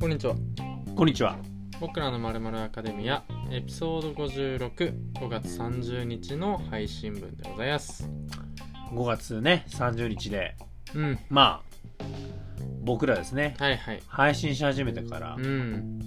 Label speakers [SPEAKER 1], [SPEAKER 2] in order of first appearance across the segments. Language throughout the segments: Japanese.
[SPEAKER 1] こんにちは
[SPEAKER 2] こんにちは。
[SPEAKER 1] 僕らのまるまるアカデミアエピソード565月30日の配信分でございます
[SPEAKER 2] 5月ね、30日で、
[SPEAKER 1] うん
[SPEAKER 2] まあ、僕らですね、
[SPEAKER 1] はいはい
[SPEAKER 2] 配信し始めてから
[SPEAKER 1] う、ん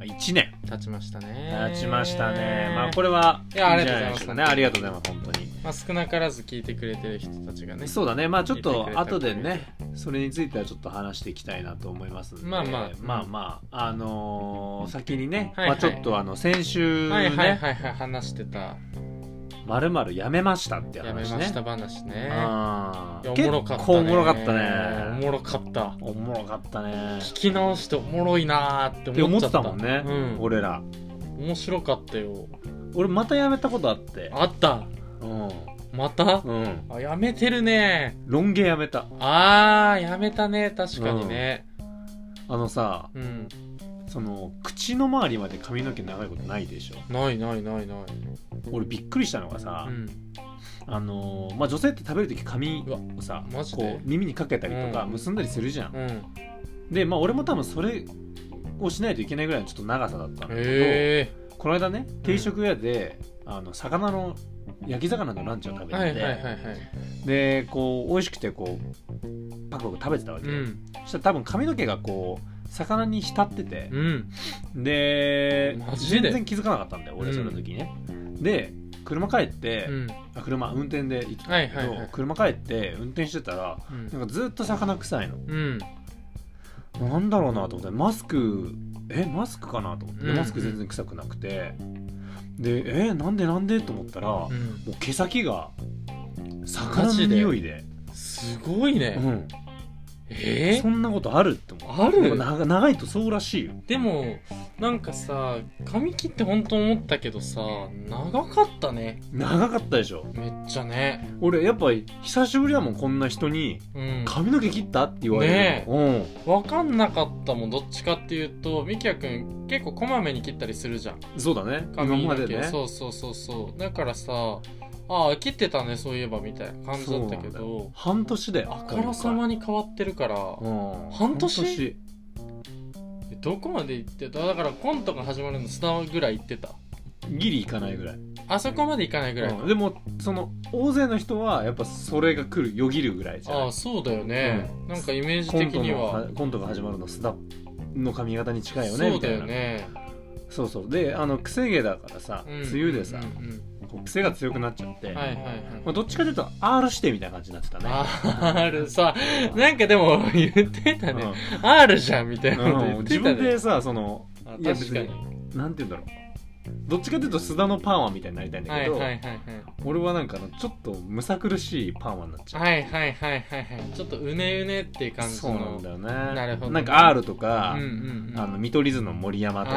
[SPEAKER 2] 1年
[SPEAKER 1] 経ちましたね
[SPEAKER 2] 経ちましたね。まあ、こ
[SPEAKER 1] れ、
[SPEAKER 2] れは、
[SPEAKER 1] いやありがとう
[SPEAKER 2] い
[SPEAKER 1] ござ
[SPEAKER 2] んじ
[SPEAKER 1] います
[SPEAKER 2] ゃなですかね。ありがとうございます、本当に。
[SPEAKER 1] まあ、少なからず聞いてくれてる人たちがね
[SPEAKER 2] そうだね、まあちょっ
[SPEAKER 1] 言ってくれ
[SPEAKER 2] と
[SPEAKER 1] た
[SPEAKER 2] 後でね、それについてはちょっと話していきたいなと思いますんで
[SPEAKER 1] まあまあ
[SPEAKER 2] まあまあ、あのー先にね、
[SPEAKER 1] はいはい
[SPEAKER 2] まあちょっとあの、先週
[SPEAKER 1] はいはい
[SPEAKER 2] ね、
[SPEAKER 1] はいはい話してた
[SPEAKER 2] まるまるやめましたって
[SPEAKER 1] やめ
[SPEAKER 2] 話
[SPEAKER 1] ま
[SPEAKER 2] ね
[SPEAKER 1] した。話ね
[SPEAKER 2] あ
[SPEAKER 1] いや
[SPEAKER 2] ー
[SPEAKER 1] お
[SPEAKER 2] 結
[SPEAKER 1] もろかったね
[SPEAKER 2] 構おもろかった
[SPEAKER 1] おもろかった
[SPEAKER 2] ね。おもろかったね。
[SPEAKER 1] 聞き直しておもろいなーっ
[SPEAKER 2] っ
[SPEAKER 1] て
[SPEAKER 2] て思
[SPEAKER 1] 思っ
[SPEAKER 2] っ
[SPEAKER 1] ちゃ
[SPEAKER 2] て
[SPEAKER 1] った
[SPEAKER 2] たもんね、
[SPEAKER 1] うん、
[SPEAKER 2] 俺ら
[SPEAKER 1] 面白かったよ
[SPEAKER 2] 俺またやめたことあって
[SPEAKER 1] あった
[SPEAKER 2] うん
[SPEAKER 1] また
[SPEAKER 2] うん
[SPEAKER 1] あやめてるね
[SPEAKER 2] ロン毛やめた
[SPEAKER 1] あーやめたね確かにね
[SPEAKER 2] あのさ
[SPEAKER 1] うん、
[SPEAKER 2] その口の周りまで髪の毛長いことないでしょ
[SPEAKER 1] ないないないない
[SPEAKER 2] 俺びっくりしたのがさ、
[SPEAKER 1] うん
[SPEAKER 2] あのーまあ、女性って食べる時髪
[SPEAKER 1] うわ
[SPEAKER 2] をさ
[SPEAKER 1] マジで
[SPEAKER 2] こう耳にかけたりとか
[SPEAKER 1] うん
[SPEAKER 2] 結んだりするじゃん、
[SPEAKER 1] うん
[SPEAKER 2] でまあ俺も多分それをしないといけないぐらいのちょっと長さだったんだけ
[SPEAKER 1] へえ
[SPEAKER 2] どこの間ね定食屋で、あの魚の焼き魚のランチを食べてて、
[SPEAKER 1] はいはいはいはい
[SPEAKER 2] でこう美味しくてこうパクパク食べてたわけ
[SPEAKER 1] う
[SPEAKER 2] よ、
[SPEAKER 1] ん
[SPEAKER 2] そしたら多分髪の毛がこう魚に浸ってて
[SPEAKER 1] うん
[SPEAKER 2] で
[SPEAKER 1] マジで
[SPEAKER 2] 全然気づかなかったんだよ俺その時ね、で車帰って、
[SPEAKER 1] うん
[SPEAKER 2] あ車運転で行ってたんだけど、
[SPEAKER 1] はいはいはい
[SPEAKER 2] 車帰って運転してたら
[SPEAKER 1] うん
[SPEAKER 2] なんかずっと魚臭いの
[SPEAKER 1] うん
[SPEAKER 2] なんだろうなと思ってマスクえマスクかなと思って
[SPEAKER 1] うん
[SPEAKER 2] マスク全然臭くなくてでえなんでなんでと思ったら、も
[SPEAKER 1] うん
[SPEAKER 2] う毛先が魚
[SPEAKER 1] マ
[SPEAKER 2] の
[SPEAKER 1] ジで
[SPEAKER 2] 匂いで、
[SPEAKER 1] すごいね、
[SPEAKER 2] うん、
[SPEAKER 1] え
[SPEAKER 2] そんなことあるって思う
[SPEAKER 1] ある
[SPEAKER 2] でも長長いとそうらしいよ
[SPEAKER 1] でもなんかさ髪切って本当思ったけどさ長かったね
[SPEAKER 2] 長かったでしょ
[SPEAKER 1] めっちゃね
[SPEAKER 2] 俺やっぱ久しぶりだもんこんな人に
[SPEAKER 1] うん
[SPEAKER 2] 「髪の毛切った?」って言われるの、
[SPEAKER 1] 分かんなかったもんどっちかっていうとみきやくん結構こまめに切ったりするじゃん
[SPEAKER 2] うんそうだね今
[SPEAKER 1] 髪の
[SPEAKER 2] ま
[SPEAKER 1] 毛
[SPEAKER 2] でね
[SPEAKER 1] そうそうそうそうだからさああ切ってたねそういえばみたいな感じだったけ
[SPEAKER 2] そうなんだよ
[SPEAKER 1] ど
[SPEAKER 2] 半年であ
[SPEAKER 1] あからさまに変わってるから
[SPEAKER 2] うん
[SPEAKER 1] 半年えどこまで行ってただからコントが始まるのスタぐらい行ってた
[SPEAKER 2] ギリいかないぐらい
[SPEAKER 1] あそこまで行かないぐらいか、
[SPEAKER 2] うんでもその大勢の人はやっぱそれが来るよぎるぐらいじゃ
[SPEAKER 1] あ
[SPEAKER 2] ない
[SPEAKER 1] あそうだよね、
[SPEAKER 2] うん
[SPEAKER 1] なんかイメージ
[SPEAKER 2] コン
[SPEAKER 1] 的
[SPEAKER 2] ト
[SPEAKER 1] に
[SPEAKER 2] の
[SPEAKER 1] は
[SPEAKER 2] はコントが始まるの須田の髪型に近いよね
[SPEAKER 1] そうだよ
[SPEAKER 2] みたいな
[SPEAKER 1] ね
[SPEAKER 2] そうそうであの癖毛だからさ、
[SPEAKER 1] うん
[SPEAKER 2] 梅雨でさ
[SPEAKER 1] うん、うん
[SPEAKER 2] こう癖が強くなっちゃって、
[SPEAKER 1] うんはいはいはい
[SPEAKER 2] まあ、どっちかというと R してみたいな感じになってたね
[SPEAKER 1] あ R さ なんかでも言ってたね、R じゃんみたいなこと
[SPEAKER 2] うん
[SPEAKER 1] 言って
[SPEAKER 2] 自
[SPEAKER 1] た
[SPEAKER 2] 分
[SPEAKER 1] ね
[SPEAKER 2] で、さその
[SPEAKER 1] あ
[SPEAKER 2] いや
[SPEAKER 1] 確かに
[SPEAKER 2] 別なんて言うんだろうどっちかというと須田のパンはみたいになりたいんだ
[SPEAKER 1] は
[SPEAKER 2] け
[SPEAKER 1] い
[SPEAKER 2] ど、
[SPEAKER 1] はいはいはい
[SPEAKER 2] 俺はなんかあのちょっとむさ苦しいパンはになっちゃう、
[SPEAKER 1] はいはいはいはいはいちょっとうねうねっていう感じ
[SPEAKER 2] そう
[SPEAKER 1] の
[SPEAKER 2] なんだよね
[SPEAKER 1] なるほど
[SPEAKER 2] なんか R とか、
[SPEAKER 1] うんうんうん
[SPEAKER 2] あの見取り図の森山とか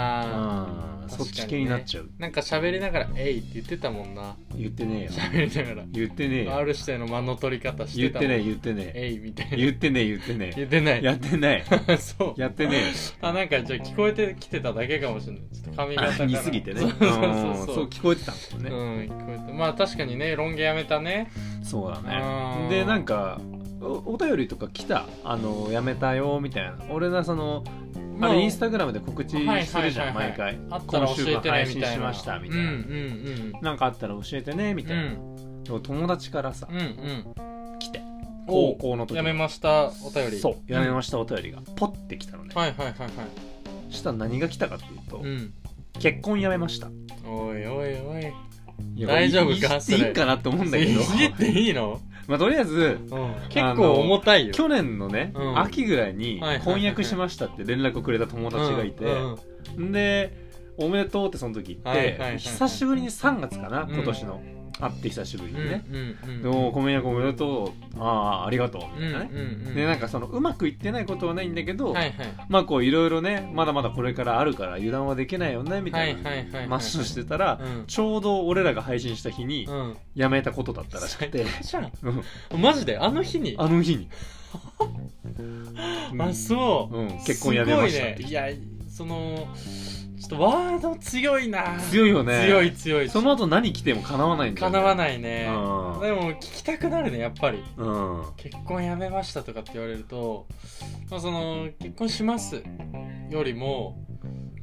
[SPEAKER 1] あ
[SPEAKER 2] うん
[SPEAKER 1] 確かにね
[SPEAKER 2] そっち系になっちゃう
[SPEAKER 1] ーなんか喋りながら「えい」って言ってたもんな
[SPEAKER 2] 言ってねえよ
[SPEAKER 1] 喋りなが
[SPEAKER 2] 言ってねえ
[SPEAKER 1] ら
[SPEAKER 2] よ
[SPEAKER 1] R 指定の間の取り方し
[SPEAKER 2] 言
[SPEAKER 1] て
[SPEAKER 2] ったて
[SPEAKER 1] もん
[SPEAKER 2] ねえ言ってねえ
[SPEAKER 1] えい」みたいな
[SPEAKER 2] 言ってねえ言ってねえ
[SPEAKER 1] 言ってない
[SPEAKER 2] やってない
[SPEAKER 1] そう
[SPEAKER 2] やってね
[SPEAKER 1] あなんかじゃあ聞こえてきてただけかもしれないちょっと
[SPEAKER 2] え
[SPEAKER 1] 髪
[SPEAKER 2] よ
[SPEAKER 1] 型から
[SPEAKER 2] 似すぎてね
[SPEAKER 1] そうそうそう
[SPEAKER 2] うん
[SPEAKER 1] そう
[SPEAKER 2] そう聞こえてたもんね、
[SPEAKER 1] うん聞こえてまあ確かにねロン毛やめたね
[SPEAKER 2] そうだ
[SPEAKER 1] うん
[SPEAKER 2] ねでなんかおお便りとか来たあのやめたよみたいな俺がそのあ
[SPEAKER 1] まあ
[SPEAKER 2] れインスタグラムで告知するじゃん
[SPEAKER 1] はい
[SPEAKER 2] 毎
[SPEAKER 1] はいはい
[SPEAKER 2] 回
[SPEAKER 1] あったら教えてねみたいな
[SPEAKER 2] 今週も配信しましたみたいな
[SPEAKER 1] うんうん
[SPEAKER 2] なんかあったら教えてねみ
[SPEAKER 1] うんう
[SPEAKER 2] たいな、
[SPEAKER 1] ん
[SPEAKER 2] でも友達からさ
[SPEAKER 1] うんうん
[SPEAKER 2] 来て
[SPEAKER 1] お
[SPEAKER 2] 高校の時
[SPEAKER 1] やめましたお便り
[SPEAKER 2] そうやめ
[SPEAKER 1] ま
[SPEAKER 2] ましたお便りがポッて来たのね
[SPEAKER 1] はいはいはいはい
[SPEAKER 2] したら何が来たかっていうと
[SPEAKER 1] うん
[SPEAKER 2] 結婚やめました
[SPEAKER 1] おいおいおい
[SPEAKER 2] いや
[SPEAKER 1] 大丈夫か
[SPEAKER 2] いじって
[SPEAKER 1] それ
[SPEAKER 2] いいかなって思うんだけど
[SPEAKER 1] いじっていいの、
[SPEAKER 2] まあとりあえず
[SPEAKER 1] 結構重たいよ
[SPEAKER 2] 去年のね、
[SPEAKER 1] うん
[SPEAKER 2] 秋ぐらいに
[SPEAKER 1] はいはいはい
[SPEAKER 2] 婚約しましたって連絡をくれた友達がいて、
[SPEAKER 1] うんうん
[SPEAKER 2] で「おめでとう」ってその時言って、
[SPEAKER 1] はいはいはいはい
[SPEAKER 2] 久しぶりに3月かな、
[SPEAKER 1] うん
[SPEAKER 2] 今年の会って久しぶりにね
[SPEAKER 1] うん
[SPEAKER 2] 「
[SPEAKER 1] うん
[SPEAKER 2] でお婚約おめでとうああありがとう」みたいなね、
[SPEAKER 1] うんうん
[SPEAKER 2] でなんかそのうまくいってないことはないんだけど、
[SPEAKER 1] はいはい
[SPEAKER 2] まあこういろいろねまだまだこれからあるから油断はできないよねみたいな
[SPEAKER 1] はいはいはいはい
[SPEAKER 2] マッシュしてたら、
[SPEAKER 1] うん
[SPEAKER 2] ちょうど俺らが配信した日に
[SPEAKER 1] うん
[SPEAKER 2] やめたことだったらしく
[SPEAKER 1] 最
[SPEAKER 2] て、
[SPEAKER 1] 高じゃん
[SPEAKER 2] うん
[SPEAKER 1] マジであの日に
[SPEAKER 2] あ の日に、
[SPEAKER 1] あそう
[SPEAKER 2] うん、結婚やめましたって
[SPEAKER 1] すごいねいやそのちょっとワード強いな
[SPEAKER 2] 強いよね
[SPEAKER 1] 強い強い
[SPEAKER 2] その後何来てもかなわないんだよ、ね、
[SPEAKER 1] 叶わないいね
[SPEAKER 2] うん
[SPEAKER 1] でも聞きたくなるねやっぱり
[SPEAKER 2] うん
[SPEAKER 1] 結婚やめましたとかって言われると、まあ、その結婚しますよりも、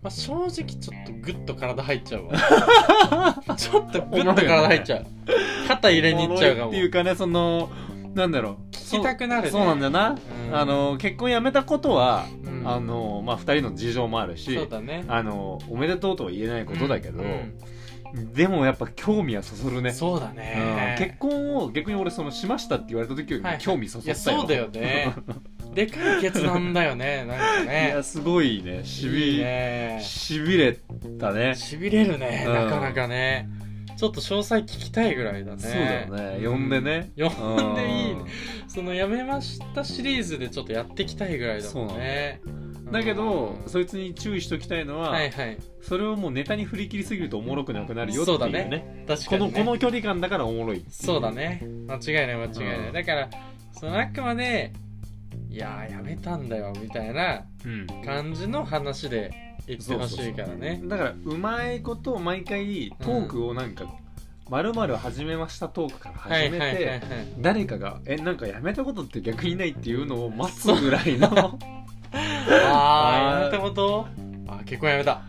[SPEAKER 1] まあ、正直ちょっとグッと体入っちゃうわ ちょっとグッと体入っちゃう、肩入れに行っちゃうか
[SPEAKER 2] 物言いっ
[SPEAKER 1] も
[SPEAKER 2] てい
[SPEAKER 1] 聞
[SPEAKER 2] うかねそのなんだろう
[SPEAKER 1] きたくなるね
[SPEAKER 2] そうなんだよな、
[SPEAKER 1] うん
[SPEAKER 2] あの結婚やめたことは、
[SPEAKER 1] うん
[SPEAKER 2] あのまあ2人の事情もあるし
[SPEAKER 1] そうだね
[SPEAKER 2] あのおめでとうとは言えないことだけど、
[SPEAKER 1] うん
[SPEAKER 2] でもやっぱ興味はそそるね
[SPEAKER 1] そうだ
[SPEAKER 2] うん
[SPEAKER 1] ね、
[SPEAKER 2] 結婚を逆に俺そのしましたって言われた時よりも
[SPEAKER 1] はい
[SPEAKER 2] 興味そそ
[SPEAKER 1] いや
[SPEAKER 2] ったよ、
[SPEAKER 1] そうだよねでかい決断だよねなんか
[SPEAKER 2] い
[SPEAKER 1] ね
[SPEAKER 2] やすごいねし
[SPEAKER 1] い
[SPEAKER 2] び
[SPEAKER 1] いね
[SPEAKER 2] しびれたね
[SPEAKER 1] しびれるね、
[SPEAKER 2] うん
[SPEAKER 1] なかなかねちょっと詳細聞きたいぐらいだね
[SPEAKER 2] そうだよね呼んでね、
[SPEAKER 1] うん呼んでいいね
[SPEAKER 2] ね
[SPEAKER 1] そのやめましたシリーズでちょっとやっていきたいぐらいだもんね
[SPEAKER 2] だけど、
[SPEAKER 1] うん
[SPEAKER 2] そいつに注意しときたいのは、
[SPEAKER 1] はいはい
[SPEAKER 2] それをもうネタに振り切りすぎるとおもろくなくなるよってい
[SPEAKER 1] そ
[SPEAKER 2] う
[SPEAKER 1] うだ
[SPEAKER 2] ね
[SPEAKER 1] 確か
[SPEAKER 2] こ
[SPEAKER 1] に、
[SPEAKER 2] の
[SPEAKER 1] ね、
[SPEAKER 2] この距離感だからおもろいってい
[SPEAKER 1] そうだね間違いない間違いない、
[SPEAKER 2] うん
[SPEAKER 1] だからそのあくまでいやーやめたんだよみたいな
[SPEAKER 2] うん
[SPEAKER 1] 感じの話で言ってほしいからね
[SPEAKER 2] だからうまいことを毎回トークをなんか「まるまる始めました」トークから
[SPEAKER 1] は
[SPEAKER 2] 始
[SPEAKER 1] いはいはいは
[SPEAKER 2] め
[SPEAKER 1] い
[SPEAKER 2] て誰かが「えなんかやめたことって逆にない」っていうのを待つぐらい の
[SPEAKER 1] あー
[SPEAKER 2] あー
[SPEAKER 1] やめたことあー結婚や めた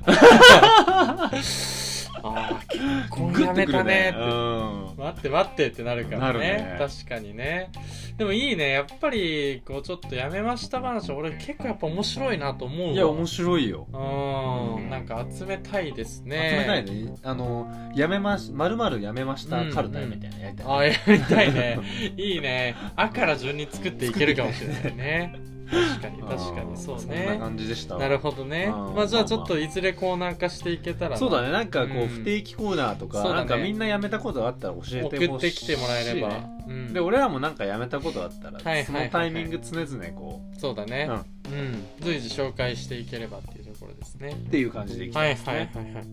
[SPEAKER 1] あー結婚
[SPEAKER 2] グ
[SPEAKER 1] や
[SPEAKER 2] ッ
[SPEAKER 1] め
[SPEAKER 2] とく
[SPEAKER 1] た
[SPEAKER 2] る
[SPEAKER 1] ね
[SPEAKER 2] ね
[SPEAKER 1] って
[SPEAKER 2] うん
[SPEAKER 1] 待って待ってってなるからね
[SPEAKER 2] なるね
[SPEAKER 1] 確かにねでもいいねやっぱりこうちょっとやめました話俺結構やっぱ面白いなと思うわ
[SPEAKER 2] いや面白いよ
[SPEAKER 1] う
[SPEAKER 2] うんん
[SPEAKER 1] なんか集めたいです
[SPEAKER 2] 集
[SPEAKER 1] ね
[SPEAKER 2] めたいねあの「やめましまるまるやめました
[SPEAKER 1] うん
[SPEAKER 2] カルタ」みたいなやりたいね
[SPEAKER 1] あやりたいねいいね「あ」から順に作っていけるかもしれないね確かに
[SPEAKER 2] うん
[SPEAKER 1] 確かにそうん
[SPEAKER 2] な
[SPEAKER 1] ね
[SPEAKER 2] 感じでしたわ
[SPEAKER 1] なるほどね
[SPEAKER 2] うん
[SPEAKER 1] まあじゃあちょっといずれコーナー化していけたらな
[SPEAKER 2] そうだねなんかこ
[SPEAKER 1] う
[SPEAKER 2] うん不定期コーナーとか、
[SPEAKER 1] そうだね
[SPEAKER 2] なんかみんな辞めたことあったら教えて
[SPEAKER 1] 送
[SPEAKER 2] ほ
[SPEAKER 1] っ
[SPEAKER 2] しい、
[SPEAKER 1] て
[SPEAKER 2] ね、
[SPEAKER 1] きてもらえれば、うん
[SPEAKER 2] で俺らもなんか辞めたことあったら、
[SPEAKER 1] いはいはい
[SPEAKER 2] そのタイミング常々こ
[SPEAKER 1] そうだねうん、随時紹介していければっていうところですね
[SPEAKER 2] うっていう感じでいきた
[SPEAKER 1] はいい
[SPEAKER 2] ですね、
[SPEAKER 1] はいはいはい。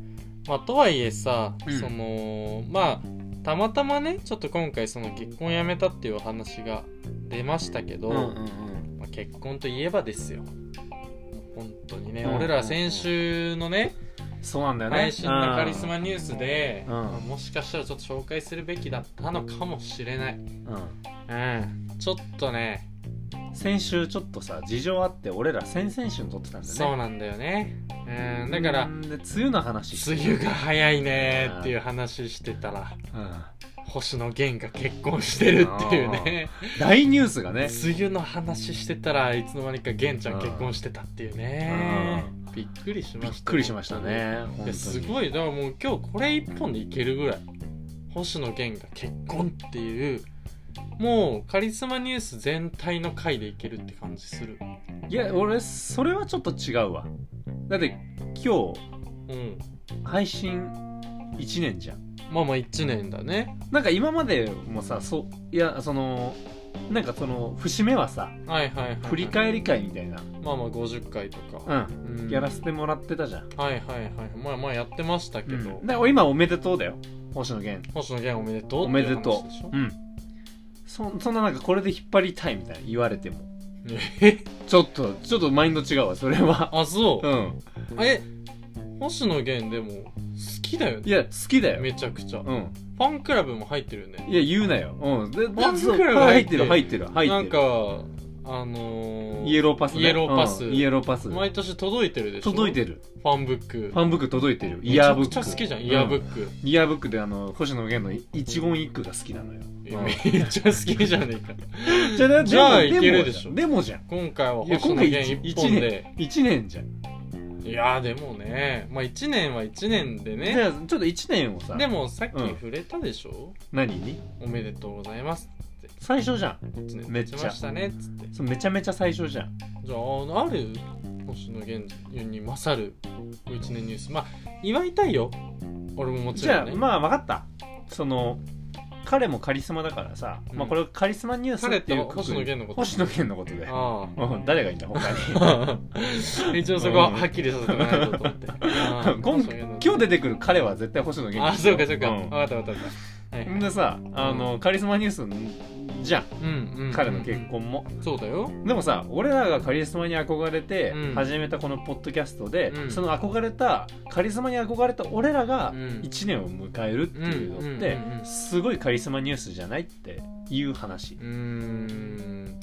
[SPEAKER 1] まあ、とはいえさ、
[SPEAKER 2] うん
[SPEAKER 1] そのまあたまたまねちょっと今回その結婚やめたっていうお話が出ましたけど、
[SPEAKER 2] うんうんうん
[SPEAKER 1] まあ、結婚といえばですよ。本当にね、
[SPEAKER 2] うん
[SPEAKER 1] 俺ら先週のね
[SPEAKER 2] そうなんだよね
[SPEAKER 1] 配信のカリスマニュースで、
[SPEAKER 2] うん
[SPEAKER 1] まあもしかしたらちょっと紹介するべきだったのかもしれない、
[SPEAKER 2] うんうん
[SPEAKER 1] うん、ちょっとね
[SPEAKER 2] 先週ちょっとさ事情あって俺ら先々週に撮ってたんだよね
[SPEAKER 1] そうなんだよね、うん、だから
[SPEAKER 2] うんで梅雨の話して
[SPEAKER 1] 梅雨が早いねっていう話してたら
[SPEAKER 2] うん
[SPEAKER 1] 星野源が結婚してるっていうね
[SPEAKER 2] 大ニュースがね
[SPEAKER 1] 梅雨の話してたらいつの間にか源ちゃん結婚してたっていうねびっくりしまし
[SPEAKER 2] び
[SPEAKER 1] た
[SPEAKER 2] っくりしましたね
[SPEAKER 1] い
[SPEAKER 2] 本当
[SPEAKER 1] や
[SPEAKER 2] に
[SPEAKER 1] すごいだからもう今日これ一本でいけるぐらい星野源が結婚っていうもうカリスマニュース全体の回でいけるって感じする
[SPEAKER 2] いや俺それはちょっと違うわだって今日
[SPEAKER 1] うん
[SPEAKER 2] 配信1年じゃん
[SPEAKER 1] まあまあ1年だね
[SPEAKER 2] なんか今までもさそういやそのなんかその節目はさ
[SPEAKER 1] はいはいはい、はい、
[SPEAKER 2] 振り返り会みたいな、
[SPEAKER 1] まあまあ50回と
[SPEAKER 2] う
[SPEAKER 1] か、
[SPEAKER 2] ん、
[SPEAKER 1] うん
[SPEAKER 2] やらせてもらってたじゃん、
[SPEAKER 1] はいはいはいまあまあやってましたけ
[SPEAKER 2] う
[SPEAKER 1] ど、
[SPEAKER 2] ん、だから今おめでとうだよ星野源
[SPEAKER 1] 星野源おめでとう
[SPEAKER 2] おめでと
[SPEAKER 1] っていう話しょ
[SPEAKER 2] ううんそそんななんかこれで引っ張りたいみたいな言われても
[SPEAKER 1] え
[SPEAKER 2] ちょっとちょっとマインド違うわそれ は
[SPEAKER 1] あそうう、
[SPEAKER 2] ん
[SPEAKER 1] え星野源でも好きだよ
[SPEAKER 2] い
[SPEAKER 1] ね
[SPEAKER 2] や好きだよ
[SPEAKER 1] めちゃくちゃ、
[SPEAKER 2] う
[SPEAKER 1] フ
[SPEAKER 2] ん
[SPEAKER 1] ァンクラブも入ってるよね
[SPEAKER 2] いや言うなようんで
[SPEAKER 1] マジかよ
[SPEAKER 2] 入ってる入ってる入ってる
[SPEAKER 1] なんかあのー
[SPEAKER 2] イエローパスね
[SPEAKER 1] イエローパス
[SPEAKER 2] うんイエローパス
[SPEAKER 1] 毎年届いてるでしょ
[SPEAKER 2] 届いて
[SPEAKER 1] る
[SPEAKER 2] る
[SPEAKER 1] ファンブック
[SPEAKER 2] ファンブック届いてるイヤーブック
[SPEAKER 1] めちゃくちゃ好きじゃんイヤーブック、
[SPEAKER 2] イヤーブックであの星野源の一言一句が好きなのよ。
[SPEAKER 1] いやめっちゃ好きじゃねえか
[SPEAKER 2] じゃあ
[SPEAKER 1] じゃあいけるでしょ
[SPEAKER 2] でもじゃん。
[SPEAKER 1] 今回はい
[SPEAKER 2] や
[SPEAKER 1] 星野
[SPEAKER 2] 今回
[SPEAKER 1] 源一本で
[SPEAKER 2] 1年一年じゃん。
[SPEAKER 1] いやーでもねまあ1年は1年で
[SPEAKER 2] じ
[SPEAKER 1] ね
[SPEAKER 2] ゃあちょっと1年をさ
[SPEAKER 1] でもさっき
[SPEAKER 2] うん
[SPEAKER 1] 触れたでしょ、
[SPEAKER 2] 何に
[SPEAKER 1] おめでとうございます
[SPEAKER 2] 最初じゃん
[SPEAKER 1] 一年
[SPEAKER 2] め
[SPEAKER 1] 経
[SPEAKER 2] っち
[SPEAKER 1] ち
[SPEAKER 2] ゃ
[SPEAKER 1] ましたねっつって
[SPEAKER 2] そうめちゃめちゃ最初じゃん
[SPEAKER 1] じゃあある星野源に勝る一年ニュースまあ祝いたいよ俺ももち
[SPEAKER 2] じ
[SPEAKER 1] ろ
[SPEAKER 2] ゃあ
[SPEAKER 1] んね
[SPEAKER 2] まあ分かったその彼もカリスマだからさ、
[SPEAKER 1] うん
[SPEAKER 2] まあこれをカリスマニュースっていう
[SPEAKER 1] 彼と星野源のこと
[SPEAKER 2] 星野源のことで
[SPEAKER 1] あ
[SPEAKER 2] うん誰がいいんだ他 に
[SPEAKER 1] あ 一応そこははっきりさせてもらえたと思ってああ
[SPEAKER 2] 今今日出てくる彼は絶対星野源
[SPEAKER 1] あそうかそうか、
[SPEAKER 2] ん
[SPEAKER 1] 分かった分かった分かった、はいはい
[SPEAKER 2] んでさあの、カリスマニュースじゃん
[SPEAKER 1] うんうんうん
[SPEAKER 2] 彼の結婚も
[SPEAKER 1] そうだよ
[SPEAKER 2] でもさ俺らがカリスマに憧れて
[SPEAKER 1] うん
[SPEAKER 2] 始めたこのポッドキャストで、
[SPEAKER 1] うん
[SPEAKER 2] その憧れたカリスマに憧れた俺らが
[SPEAKER 1] うん
[SPEAKER 2] 1年を迎えるっていうのって
[SPEAKER 1] うんうんうんうん
[SPEAKER 2] すごいカリスマニュースじゃないっていう話
[SPEAKER 1] うーん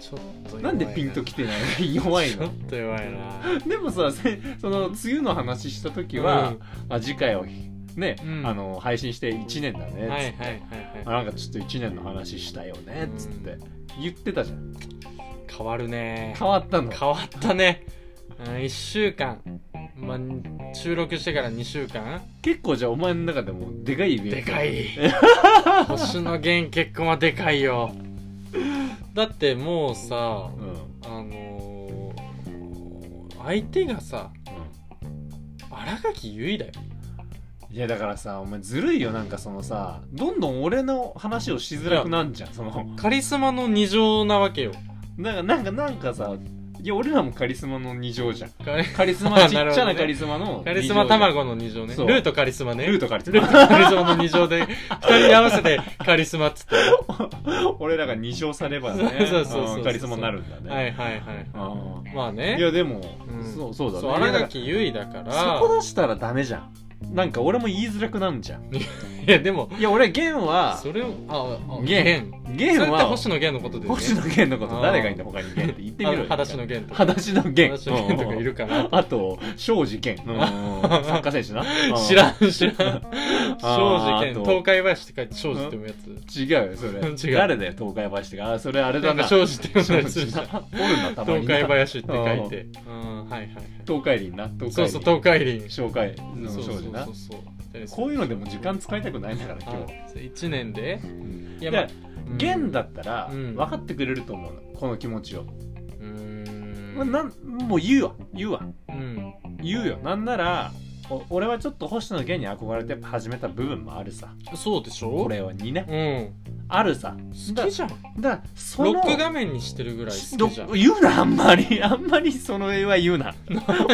[SPEAKER 1] ちょっと弱い
[SPEAKER 2] なんでピンときてない弱い
[SPEAKER 1] ちょ
[SPEAKER 2] の
[SPEAKER 1] っ と弱いな
[SPEAKER 2] でもさせその梅雨の話した時は、あ次回をね、
[SPEAKER 1] うん
[SPEAKER 2] あの配信して1年だねっ
[SPEAKER 1] う
[SPEAKER 2] つって、
[SPEAKER 1] んはいはいはい
[SPEAKER 2] あ
[SPEAKER 1] は
[SPEAKER 2] なんかちょっと1年の話したよねっつって言ってたじゃん
[SPEAKER 1] い変わるね
[SPEAKER 2] 変わったの
[SPEAKER 1] 変わったね1週間、まあ、収録してから2週間
[SPEAKER 2] 結構じゃあお前の中でもでかいイベント
[SPEAKER 1] でかい星野源結婚はでかいよだってもうさ
[SPEAKER 2] うん、うん、
[SPEAKER 1] あのー相手がさ新垣結衣だよ
[SPEAKER 2] いやだからさお前ずるいよなんかそのさどんどん俺の話をしづらくなんじゃんその
[SPEAKER 1] カリスマの二乗なわけよ
[SPEAKER 2] なんかなんかなんかさいや俺らもカリスマの二乗じゃん
[SPEAKER 1] カリ
[SPEAKER 2] カリスマ
[SPEAKER 1] なる
[SPEAKER 2] ち
[SPEAKER 1] ほ
[SPEAKER 2] っ
[SPEAKER 1] ど
[SPEAKER 2] ち
[SPEAKER 1] ね
[SPEAKER 2] ゃなカリスマの
[SPEAKER 1] カリスマ卵の二乗ね
[SPEAKER 2] そう
[SPEAKER 1] ルートカリスマね
[SPEAKER 2] ルー
[SPEAKER 1] ト
[SPEAKER 2] トカリス
[SPEAKER 1] ルート
[SPEAKER 2] マ
[SPEAKER 1] カリスマの二乗で二人合わせてカリスマっつって
[SPEAKER 2] 俺らが二乗さればね
[SPEAKER 1] そうそうそうそう
[SPEAKER 2] うんカリスマになるんだね、
[SPEAKER 1] はいはいはい
[SPEAKER 2] あ
[SPEAKER 1] まあ
[SPEAKER 2] ー
[SPEAKER 1] ね
[SPEAKER 2] いやでも、
[SPEAKER 1] うん
[SPEAKER 2] そうそうだね
[SPEAKER 1] そう
[SPEAKER 2] いや
[SPEAKER 1] 新
[SPEAKER 2] だから
[SPEAKER 1] 垣結衣だから
[SPEAKER 2] そこ出したらダメじゃんなんか俺も言いづらくなんじゃん
[SPEAKER 1] いやでも
[SPEAKER 2] いや俺源は
[SPEAKER 1] それをああ
[SPEAKER 2] 源
[SPEAKER 1] それ
[SPEAKER 2] 源
[SPEAKER 1] って
[SPEAKER 2] は
[SPEAKER 1] 星野源のことでよね
[SPEAKER 2] 星野源のこと
[SPEAKER 1] あー
[SPEAKER 2] 誰がいいんだ他に源って言って
[SPEAKER 1] あ
[SPEAKER 2] みろ
[SPEAKER 1] の
[SPEAKER 2] よ
[SPEAKER 1] 裸足の源と か
[SPEAKER 2] 裸足の源
[SPEAKER 1] 裸足の源とかいるかな
[SPEAKER 2] うんあと庄司源うん サッカー選手な
[SPEAKER 1] 知らん知らん
[SPEAKER 2] あ
[SPEAKER 1] 庄
[SPEAKER 2] ー
[SPEAKER 1] 司
[SPEAKER 2] あと
[SPEAKER 1] 健東海林って書いて庄司って読むやつ
[SPEAKER 2] 違うよそれ
[SPEAKER 1] 違う
[SPEAKER 2] 誰だよ東海林ってかあそれあれ
[SPEAKER 1] な
[SPEAKER 2] だ
[SPEAKER 1] ん
[SPEAKER 2] な
[SPEAKER 1] か庄司って
[SPEAKER 2] 庄
[SPEAKER 1] 読 むやつ
[SPEAKER 2] 司
[SPEAKER 1] じゃん
[SPEAKER 2] なおるなたまに
[SPEAKER 1] 東
[SPEAKER 2] な
[SPEAKER 1] 海林って書いてうんはいはいはい
[SPEAKER 2] 東海林な東
[SPEAKER 1] そうそう
[SPEAKER 2] 海林
[SPEAKER 1] 東海林
[SPEAKER 2] 紹介
[SPEAKER 1] そう
[SPEAKER 2] の
[SPEAKER 1] そう
[SPEAKER 2] 庄
[SPEAKER 1] そ
[SPEAKER 2] 司
[SPEAKER 1] う
[SPEAKER 2] な
[SPEAKER 1] そう
[SPEAKER 2] こういうのでも時間使いたくないんだから今日
[SPEAKER 1] 1年で
[SPEAKER 2] うん
[SPEAKER 1] いやまあ
[SPEAKER 2] で源だったら
[SPEAKER 1] うん
[SPEAKER 2] 分かってくれると思うのこの気持ちを
[SPEAKER 1] うーん
[SPEAKER 2] まあなんもう言うわ言うわ
[SPEAKER 1] うん
[SPEAKER 2] 言うよなんならお俺はちょっと星野源に憧れてやっぱ始めた部分もあるさ
[SPEAKER 1] そうでしょ
[SPEAKER 2] これはにね
[SPEAKER 1] うん
[SPEAKER 2] あるさ
[SPEAKER 1] 好きじゃん
[SPEAKER 2] だからその
[SPEAKER 1] ロック画面にしてるぐらい好きじゃん
[SPEAKER 2] ロック言うなあんまりあんまりその絵は言 うな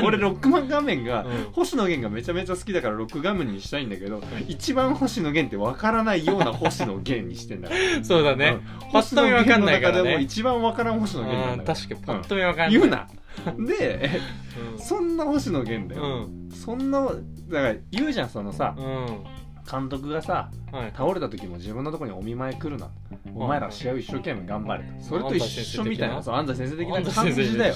[SPEAKER 2] 俺ロックマン画面が、
[SPEAKER 1] うん
[SPEAKER 2] 星野源がめちゃめちゃ好きだからロック画面にしたいんだけど、一番星野源ってわからないような星野源にしてんだから、
[SPEAKER 1] そうだ
[SPEAKER 2] う
[SPEAKER 1] ね
[SPEAKER 2] ん
[SPEAKER 1] パッと見わかんないからね
[SPEAKER 2] 星野源の中でも一番わからん星野源
[SPEAKER 1] あ
[SPEAKER 2] な
[SPEAKER 1] ー
[SPEAKER 2] んだか
[SPEAKER 1] 確かにパッと見わからんない
[SPEAKER 2] 言うなでそんな星野源だ
[SPEAKER 1] う
[SPEAKER 2] よ、
[SPEAKER 1] ん
[SPEAKER 2] そんなだから言うじゃんそのさ
[SPEAKER 1] うんうん
[SPEAKER 2] 監督がさ
[SPEAKER 1] はい
[SPEAKER 2] 倒れた時も自分のとこにお見舞い来るなお前ら試合を一生懸命頑張れとそれと一緒みたいなそう安西先生的な感じだよ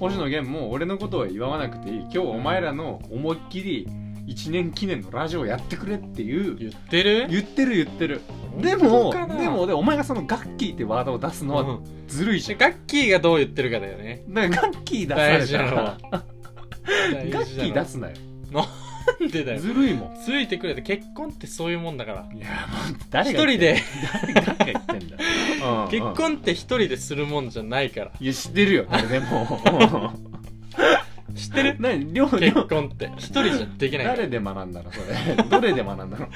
[SPEAKER 2] 星野源も俺のことは祝わなくていい今日お前らの思いっきり1年記念のラジオやってくれっていう
[SPEAKER 1] 言ってる
[SPEAKER 2] 言ってる言ってるで
[SPEAKER 1] 本当
[SPEAKER 2] も
[SPEAKER 1] かな
[SPEAKER 2] でもでお前がそのガッキーってワードを出すの
[SPEAKER 1] う
[SPEAKER 2] は
[SPEAKER 1] ん
[SPEAKER 2] ずるいじゃ
[SPEAKER 1] で
[SPEAKER 2] ん
[SPEAKER 1] ガッキーがどう言ってるかだよね
[SPEAKER 2] だからガッキー出
[SPEAKER 1] 大事
[SPEAKER 2] さ
[SPEAKER 1] な
[SPEAKER 2] れた
[SPEAKER 1] の
[SPEAKER 2] ら
[SPEAKER 1] は
[SPEAKER 2] ガッキー出すなよ
[SPEAKER 1] なんでだよ
[SPEAKER 2] ずるいもん
[SPEAKER 1] ついてくれて結婚ってそういうもんだから
[SPEAKER 2] いやもう
[SPEAKER 1] 一
[SPEAKER 2] 誰が
[SPEAKER 1] 人で
[SPEAKER 2] 誰が言ってんだよ
[SPEAKER 1] 結婚って一人でするもんじゃないから
[SPEAKER 2] いや知ってるよ誰 でも
[SPEAKER 1] 知ってる
[SPEAKER 2] 何両
[SPEAKER 1] 結
[SPEAKER 2] 両
[SPEAKER 1] 婚って一人じゃできないから
[SPEAKER 2] 誰で学んだのそれ どれで学んだの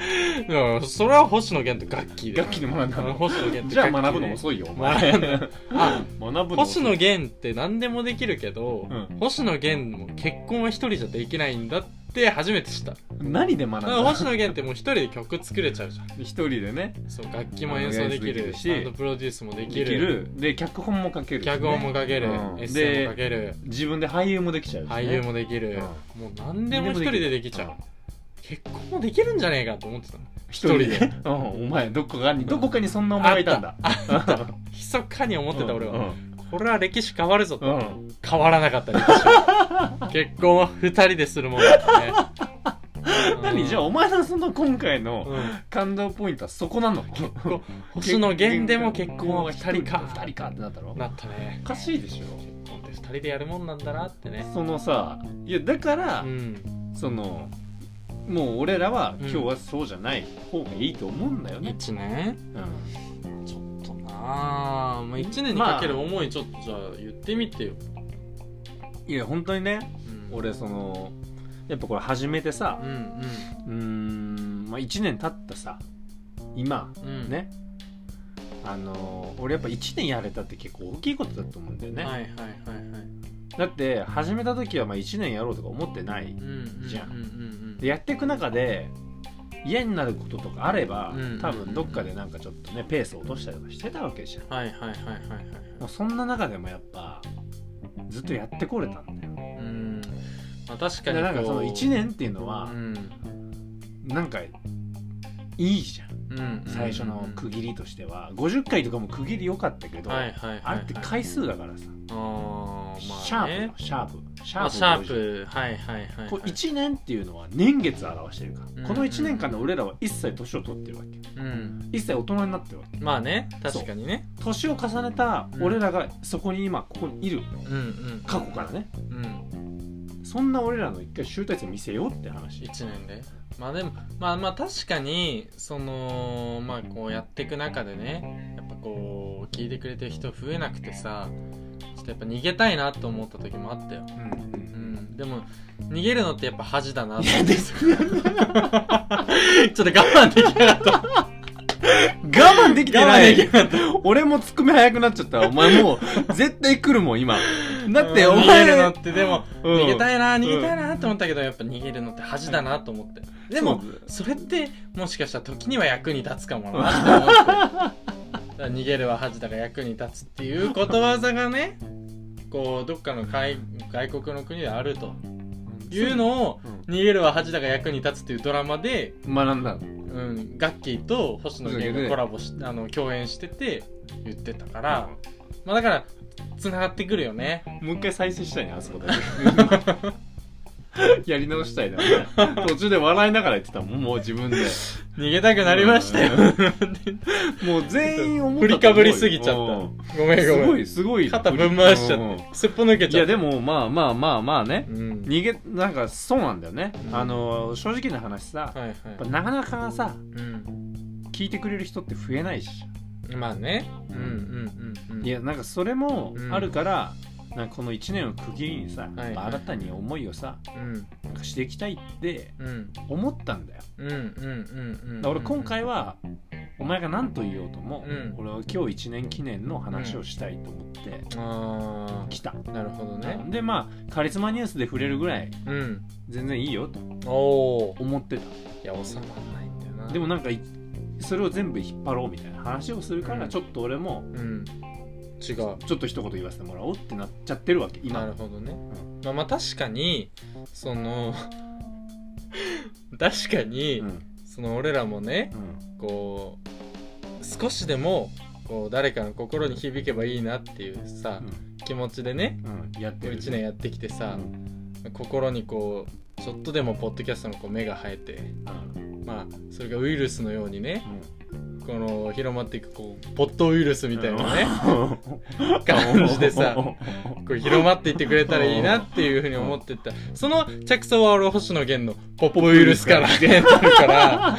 [SPEAKER 1] うんそれは星野源とガッキーだよ
[SPEAKER 2] 楽器で学んだ
[SPEAKER 1] あの
[SPEAKER 2] の
[SPEAKER 1] 星野源
[SPEAKER 2] じゃあ学ぶの
[SPEAKER 1] い
[SPEAKER 2] 遅いよお前
[SPEAKER 1] 学ん
[SPEAKER 2] 学ぶ
[SPEAKER 1] だ
[SPEAKER 2] の遅い
[SPEAKER 1] 星野源って何でもできるけど、
[SPEAKER 2] うん
[SPEAKER 1] 星野源も結婚は一人じゃできないんだって初めて知っただ
[SPEAKER 2] 何で学ん
[SPEAKER 1] か
[SPEAKER 2] だ
[SPEAKER 1] ら
[SPEAKER 2] の
[SPEAKER 1] 星野源ってもう一人で曲作れちゃうじゃん
[SPEAKER 2] 一人でね
[SPEAKER 1] そう楽器も演奏でき
[SPEAKER 2] あの演奏でき
[SPEAKER 1] る
[SPEAKER 2] るし
[SPEAKER 1] バンドプロデュースもで
[SPEAKER 2] で
[SPEAKER 1] きる
[SPEAKER 2] きるで脚本も書けるしね
[SPEAKER 1] 脚本も書ける、
[SPEAKER 2] うん
[SPEAKER 1] エッセイも書ける
[SPEAKER 2] 自分で俳優もできちゃうしね
[SPEAKER 1] 俳優もできる、もう何でも一人でできちゃう、
[SPEAKER 2] ん
[SPEAKER 1] 結婚もできるんじゃねえかと思ってたの
[SPEAKER 2] 一人で うんお前どこかにどこかにそんなお前がいたんだ
[SPEAKER 1] あった密かに思ってた俺は、
[SPEAKER 2] うん
[SPEAKER 1] これは歴史変わるぞと、
[SPEAKER 2] うんうん
[SPEAKER 1] 変わらなかった歴史 は結婚は二人でするもんだったねうん
[SPEAKER 2] 何じゃあお前のその今回の
[SPEAKER 1] うん
[SPEAKER 2] 感動ポイントはそこなの
[SPEAKER 1] こう星野源でも結婚は二人か
[SPEAKER 2] 二人かってなったろ
[SPEAKER 1] なったね
[SPEAKER 2] おかしいでしょ
[SPEAKER 1] 結婚って二人でやるもんなんだなってね
[SPEAKER 2] そのさいやだから、
[SPEAKER 1] うん
[SPEAKER 2] そのもう俺らは
[SPEAKER 1] うん
[SPEAKER 2] 今日はそうじゃない方がいいと思うんだよね、
[SPEAKER 1] 1年
[SPEAKER 2] うん
[SPEAKER 1] ちょっとなあ、まあ、1年にかける思いちょっとじゃあ言ってみてよ、
[SPEAKER 2] いや本当にね
[SPEAKER 1] うん
[SPEAKER 2] 俺そのやっぱこれ始めてさ
[SPEAKER 1] うん
[SPEAKER 2] うーん、まあ、1年経ったさ今
[SPEAKER 1] うんうん
[SPEAKER 2] ね、あの俺やっぱ1年やれたって結構大きいことだと思うんだよね、
[SPEAKER 1] はいはいはいはい
[SPEAKER 2] だって始めた時はまあ1年やろうとか思ってない
[SPEAKER 1] うんうんうんうんうん
[SPEAKER 2] でやっていく中で嫌になることとかあれば、
[SPEAKER 1] うん
[SPEAKER 2] 多分どっかでなんかちょっとねペースを落としたりとかしてたわけじゃん
[SPEAKER 1] はいはいはいはいはい
[SPEAKER 2] もうそんな中でもやっぱずっとやってこれたんだよ
[SPEAKER 1] うんまあ確か
[SPEAKER 2] で
[SPEAKER 1] に
[SPEAKER 2] なんかその1年っていうの
[SPEAKER 1] う
[SPEAKER 2] は、
[SPEAKER 1] ん
[SPEAKER 2] なんかいいじゃん
[SPEAKER 1] うん
[SPEAKER 2] 最初の区切りとしては50回とかも区切り良かったけど、
[SPEAKER 1] はいはいはいはい
[SPEAKER 2] あれって回数だからさ、
[SPEAKER 1] あーまあね
[SPEAKER 2] シャープよシャープシ
[SPEAKER 1] まあシャー
[SPEAKER 2] 50
[SPEAKER 1] プはいはいはいはい
[SPEAKER 2] こう1年っていうのは年月を表してるから、
[SPEAKER 1] うん
[SPEAKER 2] この1年間で俺らは一切年を取ってるわけ
[SPEAKER 1] うん
[SPEAKER 2] 一切大人になってるわけ
[SPEAKER 1] まあね確かにね
[SPEAKER 2] 年を重ねた俺らがそこに今ここにいる
[SPEAKER 1] うんうん
[SPEAKER 2] 過去からね
[SPEAKER 1] うん
[SPEAKER 2] そんな俺らの一回集大成見せようって話
[SPEAKER 1] 1年でまあでもまあまあ確かにそのまあこうやっていく中でねやっぱこう聞いてくれてる人増えなくてさちょっとやっぱ逃げたいなと思った時もあったようんでも逃げるのってやっぱ恥だなと
[SPEAKER 2] い
[SPEAKER 1] 思
[SPEAKER 2] や
[SPEAKER 1] って
[SPEAKER 2] ですよ
[SPEAKER 1] ちょっと我慢できな かっ
[SPEAKER 2] 我慢できて
[SPEAKER 1] た。
[SPEAKER 2] な
[SPEAKER 1] でき
[SPEAKER 2] い
[SPEAKER 1] なかった。
[SPEAKER 2] 俺もツッコミ早くなっちゃったお前 もう絶対来るもん今だってお
[SPEAKER 1] 逃げ
[SPEAKER 2] 前
[SPEAKER 1] るのって、でも、
[SPEAKER 2] うん
[SPEAKER 1] 逃げたいな、逃げたいなと思ったけど、やっぱ逃げるのって恥だなと思って。でも、それって、もしかしたら時には役に立つかもな と思って。だから逃げるは恥だが役に立つっていうことわざがね、こう、どっかの外外国の国であるというのを、
[SPEAKER 2] うん
[SPEAKER 1] 逃げるは恥だが役に立つっていうドラマで、
[SPEAKER 2] 学んだの
[SPEAKER 1] うん、ガッキーと星野源がコラボし、あの共演してて言ってたから、まあだからつながってくるよね
[SPEAKER 2] もう一回再生したいなあそ こだけやり直したいな途中で笑いながら言ってたもんもう自分で
[SPEAKER 1] 逃げたくなりましたよ、
[SPEAKER 2] うもう全員思った
[SPEAKER 1] 振りかぶりすぎちゃった
[SPEAKER 2] うん
[SPEAKER 1] ごめん
[SPEAKER 2] す
[SPEAKER 1] ご
[SPEAKER 2] ご
[SPEAKER 1] めん
[SPEAKER 2] いすごい
[SPEAKER 1] 肩ぶん回しち
[SPEAKER 2] う
[SPEAKER 1] ゃ
[SPEAKER 2] ん
[SPEAKER 1] ってすっぽ抜け
[SPEAKER 2] い
[SPEAKER 1] ちゃ
[SPEAKER 2] や
[SPEAKER 1] った
[SPEAKER 2] でもまあまあまあまあね
[SPEAKER 1] うん
[SPEAKER 2] 逃げなんかそうなんだよね、
[SPEAKER 1] うん
[SPEAKER 2] あの正直な話さ、
[SPEAKER 1] はいはい
[SPEAKER 2] やっぱなかなかさ
[SPEAKER 1] うん
[SPEAKER 2] 聞いてくれる人って増えないし、
[SPEAKER 1] まあねう
[SPEAKER 2] うんん
[SPEAKER 1] うんうんうん
[SPEAKER 2] いやなんかそれも
[SPEAKER 1] うん
[SPEAKER 2] あるから、なんかこの1年を区切りにさ、
[SPEAKER 1] はい
[SPEAKER 2] やっぱ新たに思いをさ
[SPEAKER 1] うん
[SPEAKER 2] なんかしていきたいって
[SPEAKER 1] うん
[SPEAKER 2] 思ったんだよ、
[SPEAKER 1] うんうんうんうんうん
[SPEAKER 2] だから俺今回はお前が何と言おうとも、
[SPEAKER 1] うん
[SPEAKER 2] 俺は今日1年記念の話をしたいと思って
[SPEAKER 1] あ
[SPEAKER 2] 来た、
[SPEAKER 1] あなるほどね
[SPEAKER 2] でまあカリスマニュースで触れるぐらい
[SPEAKER 1] うん
[SPEAKER 2] 全然いいよと
[SPEAKER 1] おお
[SPEAKER 2] 思ってた
[SPEAKER 1] いや収まんないんだよな
[SPEAKER 2] でもなんかいそれを全部引っ張ろうみたいな話をするから、
[SPEAKER 1] うん
[SPEAKER 2] ちょっと俺も
[SPEAKER 1] うん違う
[SPEAKER 2] ちょっと一言言わせてもらおうってなっちゃってるわけ
[SPEAKER 1] な
[SPEAKER 2] 今
[SPEAKER 1] るほどね、まあ、まあ確かにその 確かに、
[SPEAKER 2] うん
[SPEAKER 1] その俺らもね
[SPEAKER 2] うん
[SPEAKER 1] こう少しでもこう誰かの心に響けばいいなっていうさ、気持ちでね
[SPEAKER 2] うんうんやってる
[SPEAKER 1] 1年やってきてさ
[SPEAKER 2] う、ん
[SPEAKER 1] 心にこうちょっとでもポッドキャストのこう目が生えて
[SPEAKER 2] うん
[SPEAKER 1] まあそれがウイルスのようにねこの広まっていくこうポッドウイルスみたいなね、感じでさこう広まっていってくれたらいいなっていうふうに思ってたその着想は俺星野源のポップウイルスから出てるから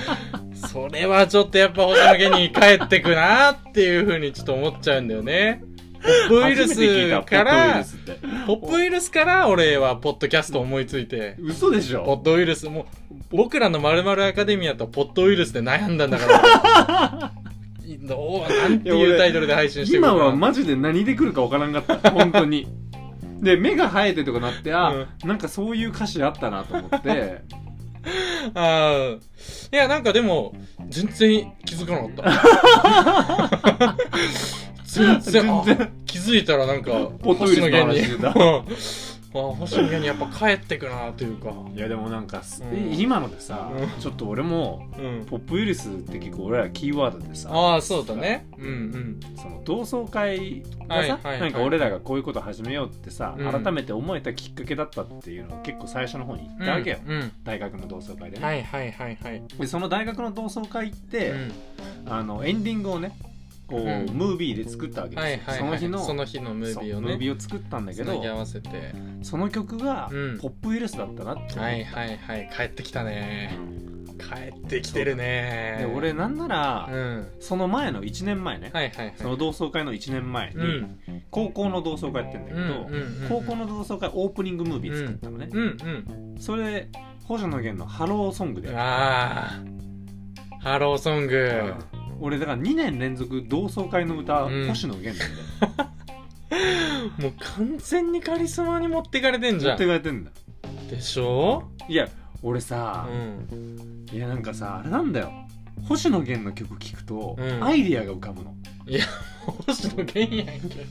[SPEAKER 1] それはちょっとやっぱ星野源に帰ってくなっていうふうにちょっと思っちゃうんだよねポップウイルスから
[SPEAKER 2] 初めて聞いたポ
[SPEAKER 1] ポッ
[SPEAKER 2] ッドウイルスって
[SPEAKER 1] プウイルスから俺はポッドキャスト思いついて
[SPEAKER 2] 嘘でし
[SPEAKER 1] ポ
[SPEAKER 2] ょ
[SPEAKER 1] ッドウイルスもう僕らのまるアカデミアとポッドウイルスで悩んだんだからいどうなんていうタイトルで配信してくる
[SPEAKER 2] 今
[SPEAKER 1] かな
[SPEAKER 2] はマジで何で来るかわからんか った本当にで目が生えてとかなってあ、なんかそういう歌詞あったなと思って
[SPEAKER 1] ああ。いや、なんかでも、全然気づかなかった。全然、あ
[SPEAKER 2] 全然
[SPEAKER 1] 気づいたらなんか、
[SPEAKER 2] ポッドウイルスの話
[SPEAKER 1] 星野源に。うんあ星野源にやっぱ帰ってくなというか。
[SPEAKER 2] いやでもなんかす、
[SPEAKER 1] うん
[SPEAKER 2] 今のでさ、
[SPEAKER 1] う
[SPEAKER 2] ちょっと俺も
[SPEAKER 1] うん。
[SPEAKER 2] ポップウイルスって結構俺らキーワードでさ
[SPEAKER 1] ああ、そうだね。うん
[SPEAKER 2] その同窓会がさ、
[SPEAKER 1] はいはいはい
[SPEAKER 2] なんか俺らがこういうこと始めようってさ、
[SPEAKER 1] うん
[SPEAKER 2] 改めて思えたきっかけだったっていうのを結構最初の方に言っ
[SPEAKER 1] うん。
[SPEAKER 2] たわけよ、
[SPEAKER 1] うん。
[SPEAKER 2] 大学の同窓会でね、
[SPEAKER 1] はいはいはいはい。
[SPEAKER 2] でその大学の同窓会行って、
[SPEAKER 1] うん
[SPEAKER 2] あのエンディングをねこう、
[SPEAKER 1] うん
[SPEAKER 2] ムービーで作ったわけですよ、
[SPEAKER 1] はいはいはい。
[SPEAKER 2] その日の
[SPEAKER 1] その日のムービーを
[SPEAKER 2] そう
[SPEAKER 1] ね。
[SPEAKER 2] を作ったんだけ
[SPEAKER 1] つな
[SPEAKER 2] ど
[SPEAKER 1] ぎ合わせて。
[SPEAKER 2] その曲が、
[SPEAKER 1] うん
[SPEAKER 2] ポップウイルスだったなって思った
[SPEAKER 1] はいはいはい。帰ってきたね。帰ってきてるね。
[SPEAKER 2] で俺、なんなら、
[SPEAKER 1] うん。
[SPEAKER 2] その前の1年前ね、
[SPEAKER 1] はいはいはい。
[SPEAKER 2] その同窓会の1年前に、
[SPEAKER 1] うん
[SPEAKER 2] 高校の同窓会やってんだけど、高校
[SPEAKER 1] の
[SPEAKER 2] の同窓会オープニングムービー作ったのね、
[SPEAKER 1] うんうん
[SPEAKER 2] それ補助の弦のハローソングでやっ
[SPEAKER 1] ああハローソン
[SPEAKER 2] た
[SPEAKER 1] グ
[SPEAKER 2] 俺だから2年連続同窓会の歌、
[SPEAKER 1] うん
[SPEAKER 2] 星野源なんだよ
[SPEAKER 1] もう完全にカリスマに持ってかれてんじ
[SPEAKER 2] 持
[SPEAKER 1] ゃ
[SPEAKER 2] っ
[SPEAKER 1] ん
[SPEAKER 2] てかれてんだよ
[SPEAKER 1] でしょ
[SPEAKER 2] いや俺さ
[SPEAKER 1] う、ん
[SPEAKER 2] いやなんかさあれなんだよ星野源の曲聴くと、
[SPEAKER 1] うん
[SPEAKER 2] アイディアが浮かぶの
[SPEAKER 1] 星野源やんけ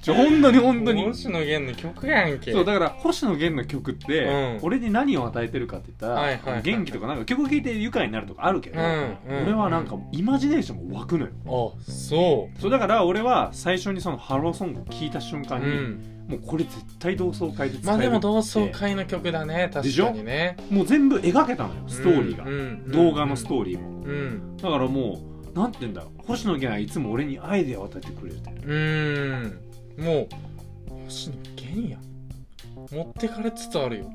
[SPEAKER 2] ちょ本当に本当に
[SPEAKER 1] 星野源の曲やんけ
[SPEAKER 2] そうだから星野源の曲って、
[SPEAKER 1] うん
[SPEAKER 2] 俺に何を与えてるかって言ったら、
[SPEAKER 1] はいはいはい
[SPEAKER 2] 元気とかなんか曲聴いて愉快になるとかあるけど、
[SPEAKER 1] うんうん
[SPEAKER 2] 俺はなんかイマジネーションが湧くのよ
[SPEAKER 1] あそ
[SPEAKER 2] そうだから俺は最初にそのハローソング聴いた瞬
[SPEAKER 1] うう
[SPEAKER 2] 間に、
[SPEAKER 1] ん
[SPEAKER 2] もうこれ絶対同窓会で使
[SPEAKER 1] まあ
[SPEAKER 2] える
[SPEAKER 1] でも同窓会の曲だね
[SPEAKER 2] で
[SPEAKER 1] 確
[SPEAKER 2] しょ
[SPEAKER 1] かにね
[SPEAKER 2] もう全部描けたのよストーリーが、
[SPEAKER 1] うんうん
[SPEAKER 2] 動画のストーリーも
[SPEAKER 1] うん
[SPEAKER 2] だからもうなんて言うんだろう星野源はいつも俺にアイデアを与えてくれるって
[SPEAKER 1] うんもう星野源や持ってかれつつあるよ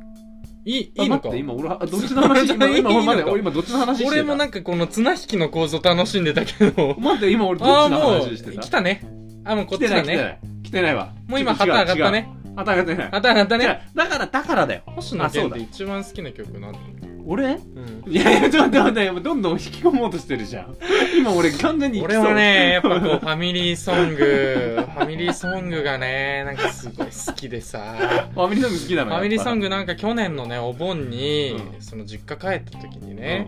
[SPEAKER 1] いいいいのか
[SPEAKER 2] あ待って今俺はあどっちの 話今今今まで俺今どっちの話してた
[SPEAKER 1] 俺もなんかこの綱引きの構造楽しんでたけ ど
[SPEAKER 2] 待って今俺ど
[SPEAKER 1] ああ
[SPEAKER 2] っちの
[SPEAKER 1] も
[SPEAKER 2] 話
[SPEAKER 1] う
[SPEAKER 2] してた
[SPEAKER 1] 来たねあもうこっち
[SPEAKER 2] 来て
[SPEAKER 1] だ
[SPEAKER 2] ない来てな
[SPEAKER 1] ね
[SPEAKER 2] い来てないわ
[SPEAKER 1] もう今
[SPEAKER 2] ちょっ
[SPEAKER 1] 旗上
[SPEAKER 2] と違う
[SPEAKER 1] がったね
[SPEAKER 2] 違う旗上がってない
[SPEAKER 1] あたがった
[SPEAKER 2] 違
[SPEAKER 1] ね
[SPEAKER 2] うだからだからだよ
[SPEAKER 1] 星野
[SPEAKER 2] あそう
[SPEAKER 1] 源
[SPEAKER 2] だ
[SPEAKER 1] って一番好きな曲なんだよ
[SPEAKER 2] 俺
[SPEAKER 1] うん
[SPEAKER 2] いやいやちょっと待って待ってどんどん引き込もうとしてるじゃん今俺完全に行き
[SPEAKER 1] 俺
[SPEAKER 2] そう
[SPEAKER 1] はね、やっぱこう、ファミリーソング、フ ァミリーソングがね、なんかすごい好きで さ、
[SPEAKER 2] ファミリーソング好きな
[SPEAKER 1] フ
[SPEAKER 2] の
[SPEAKER 1] ァミリーソング
[SPEAKER 2] グ
[SPEAKER 1] なんか去年のね、お盆に、
[SPEAKER 2] う
[SPEAKER 1] その実家帰った時にね、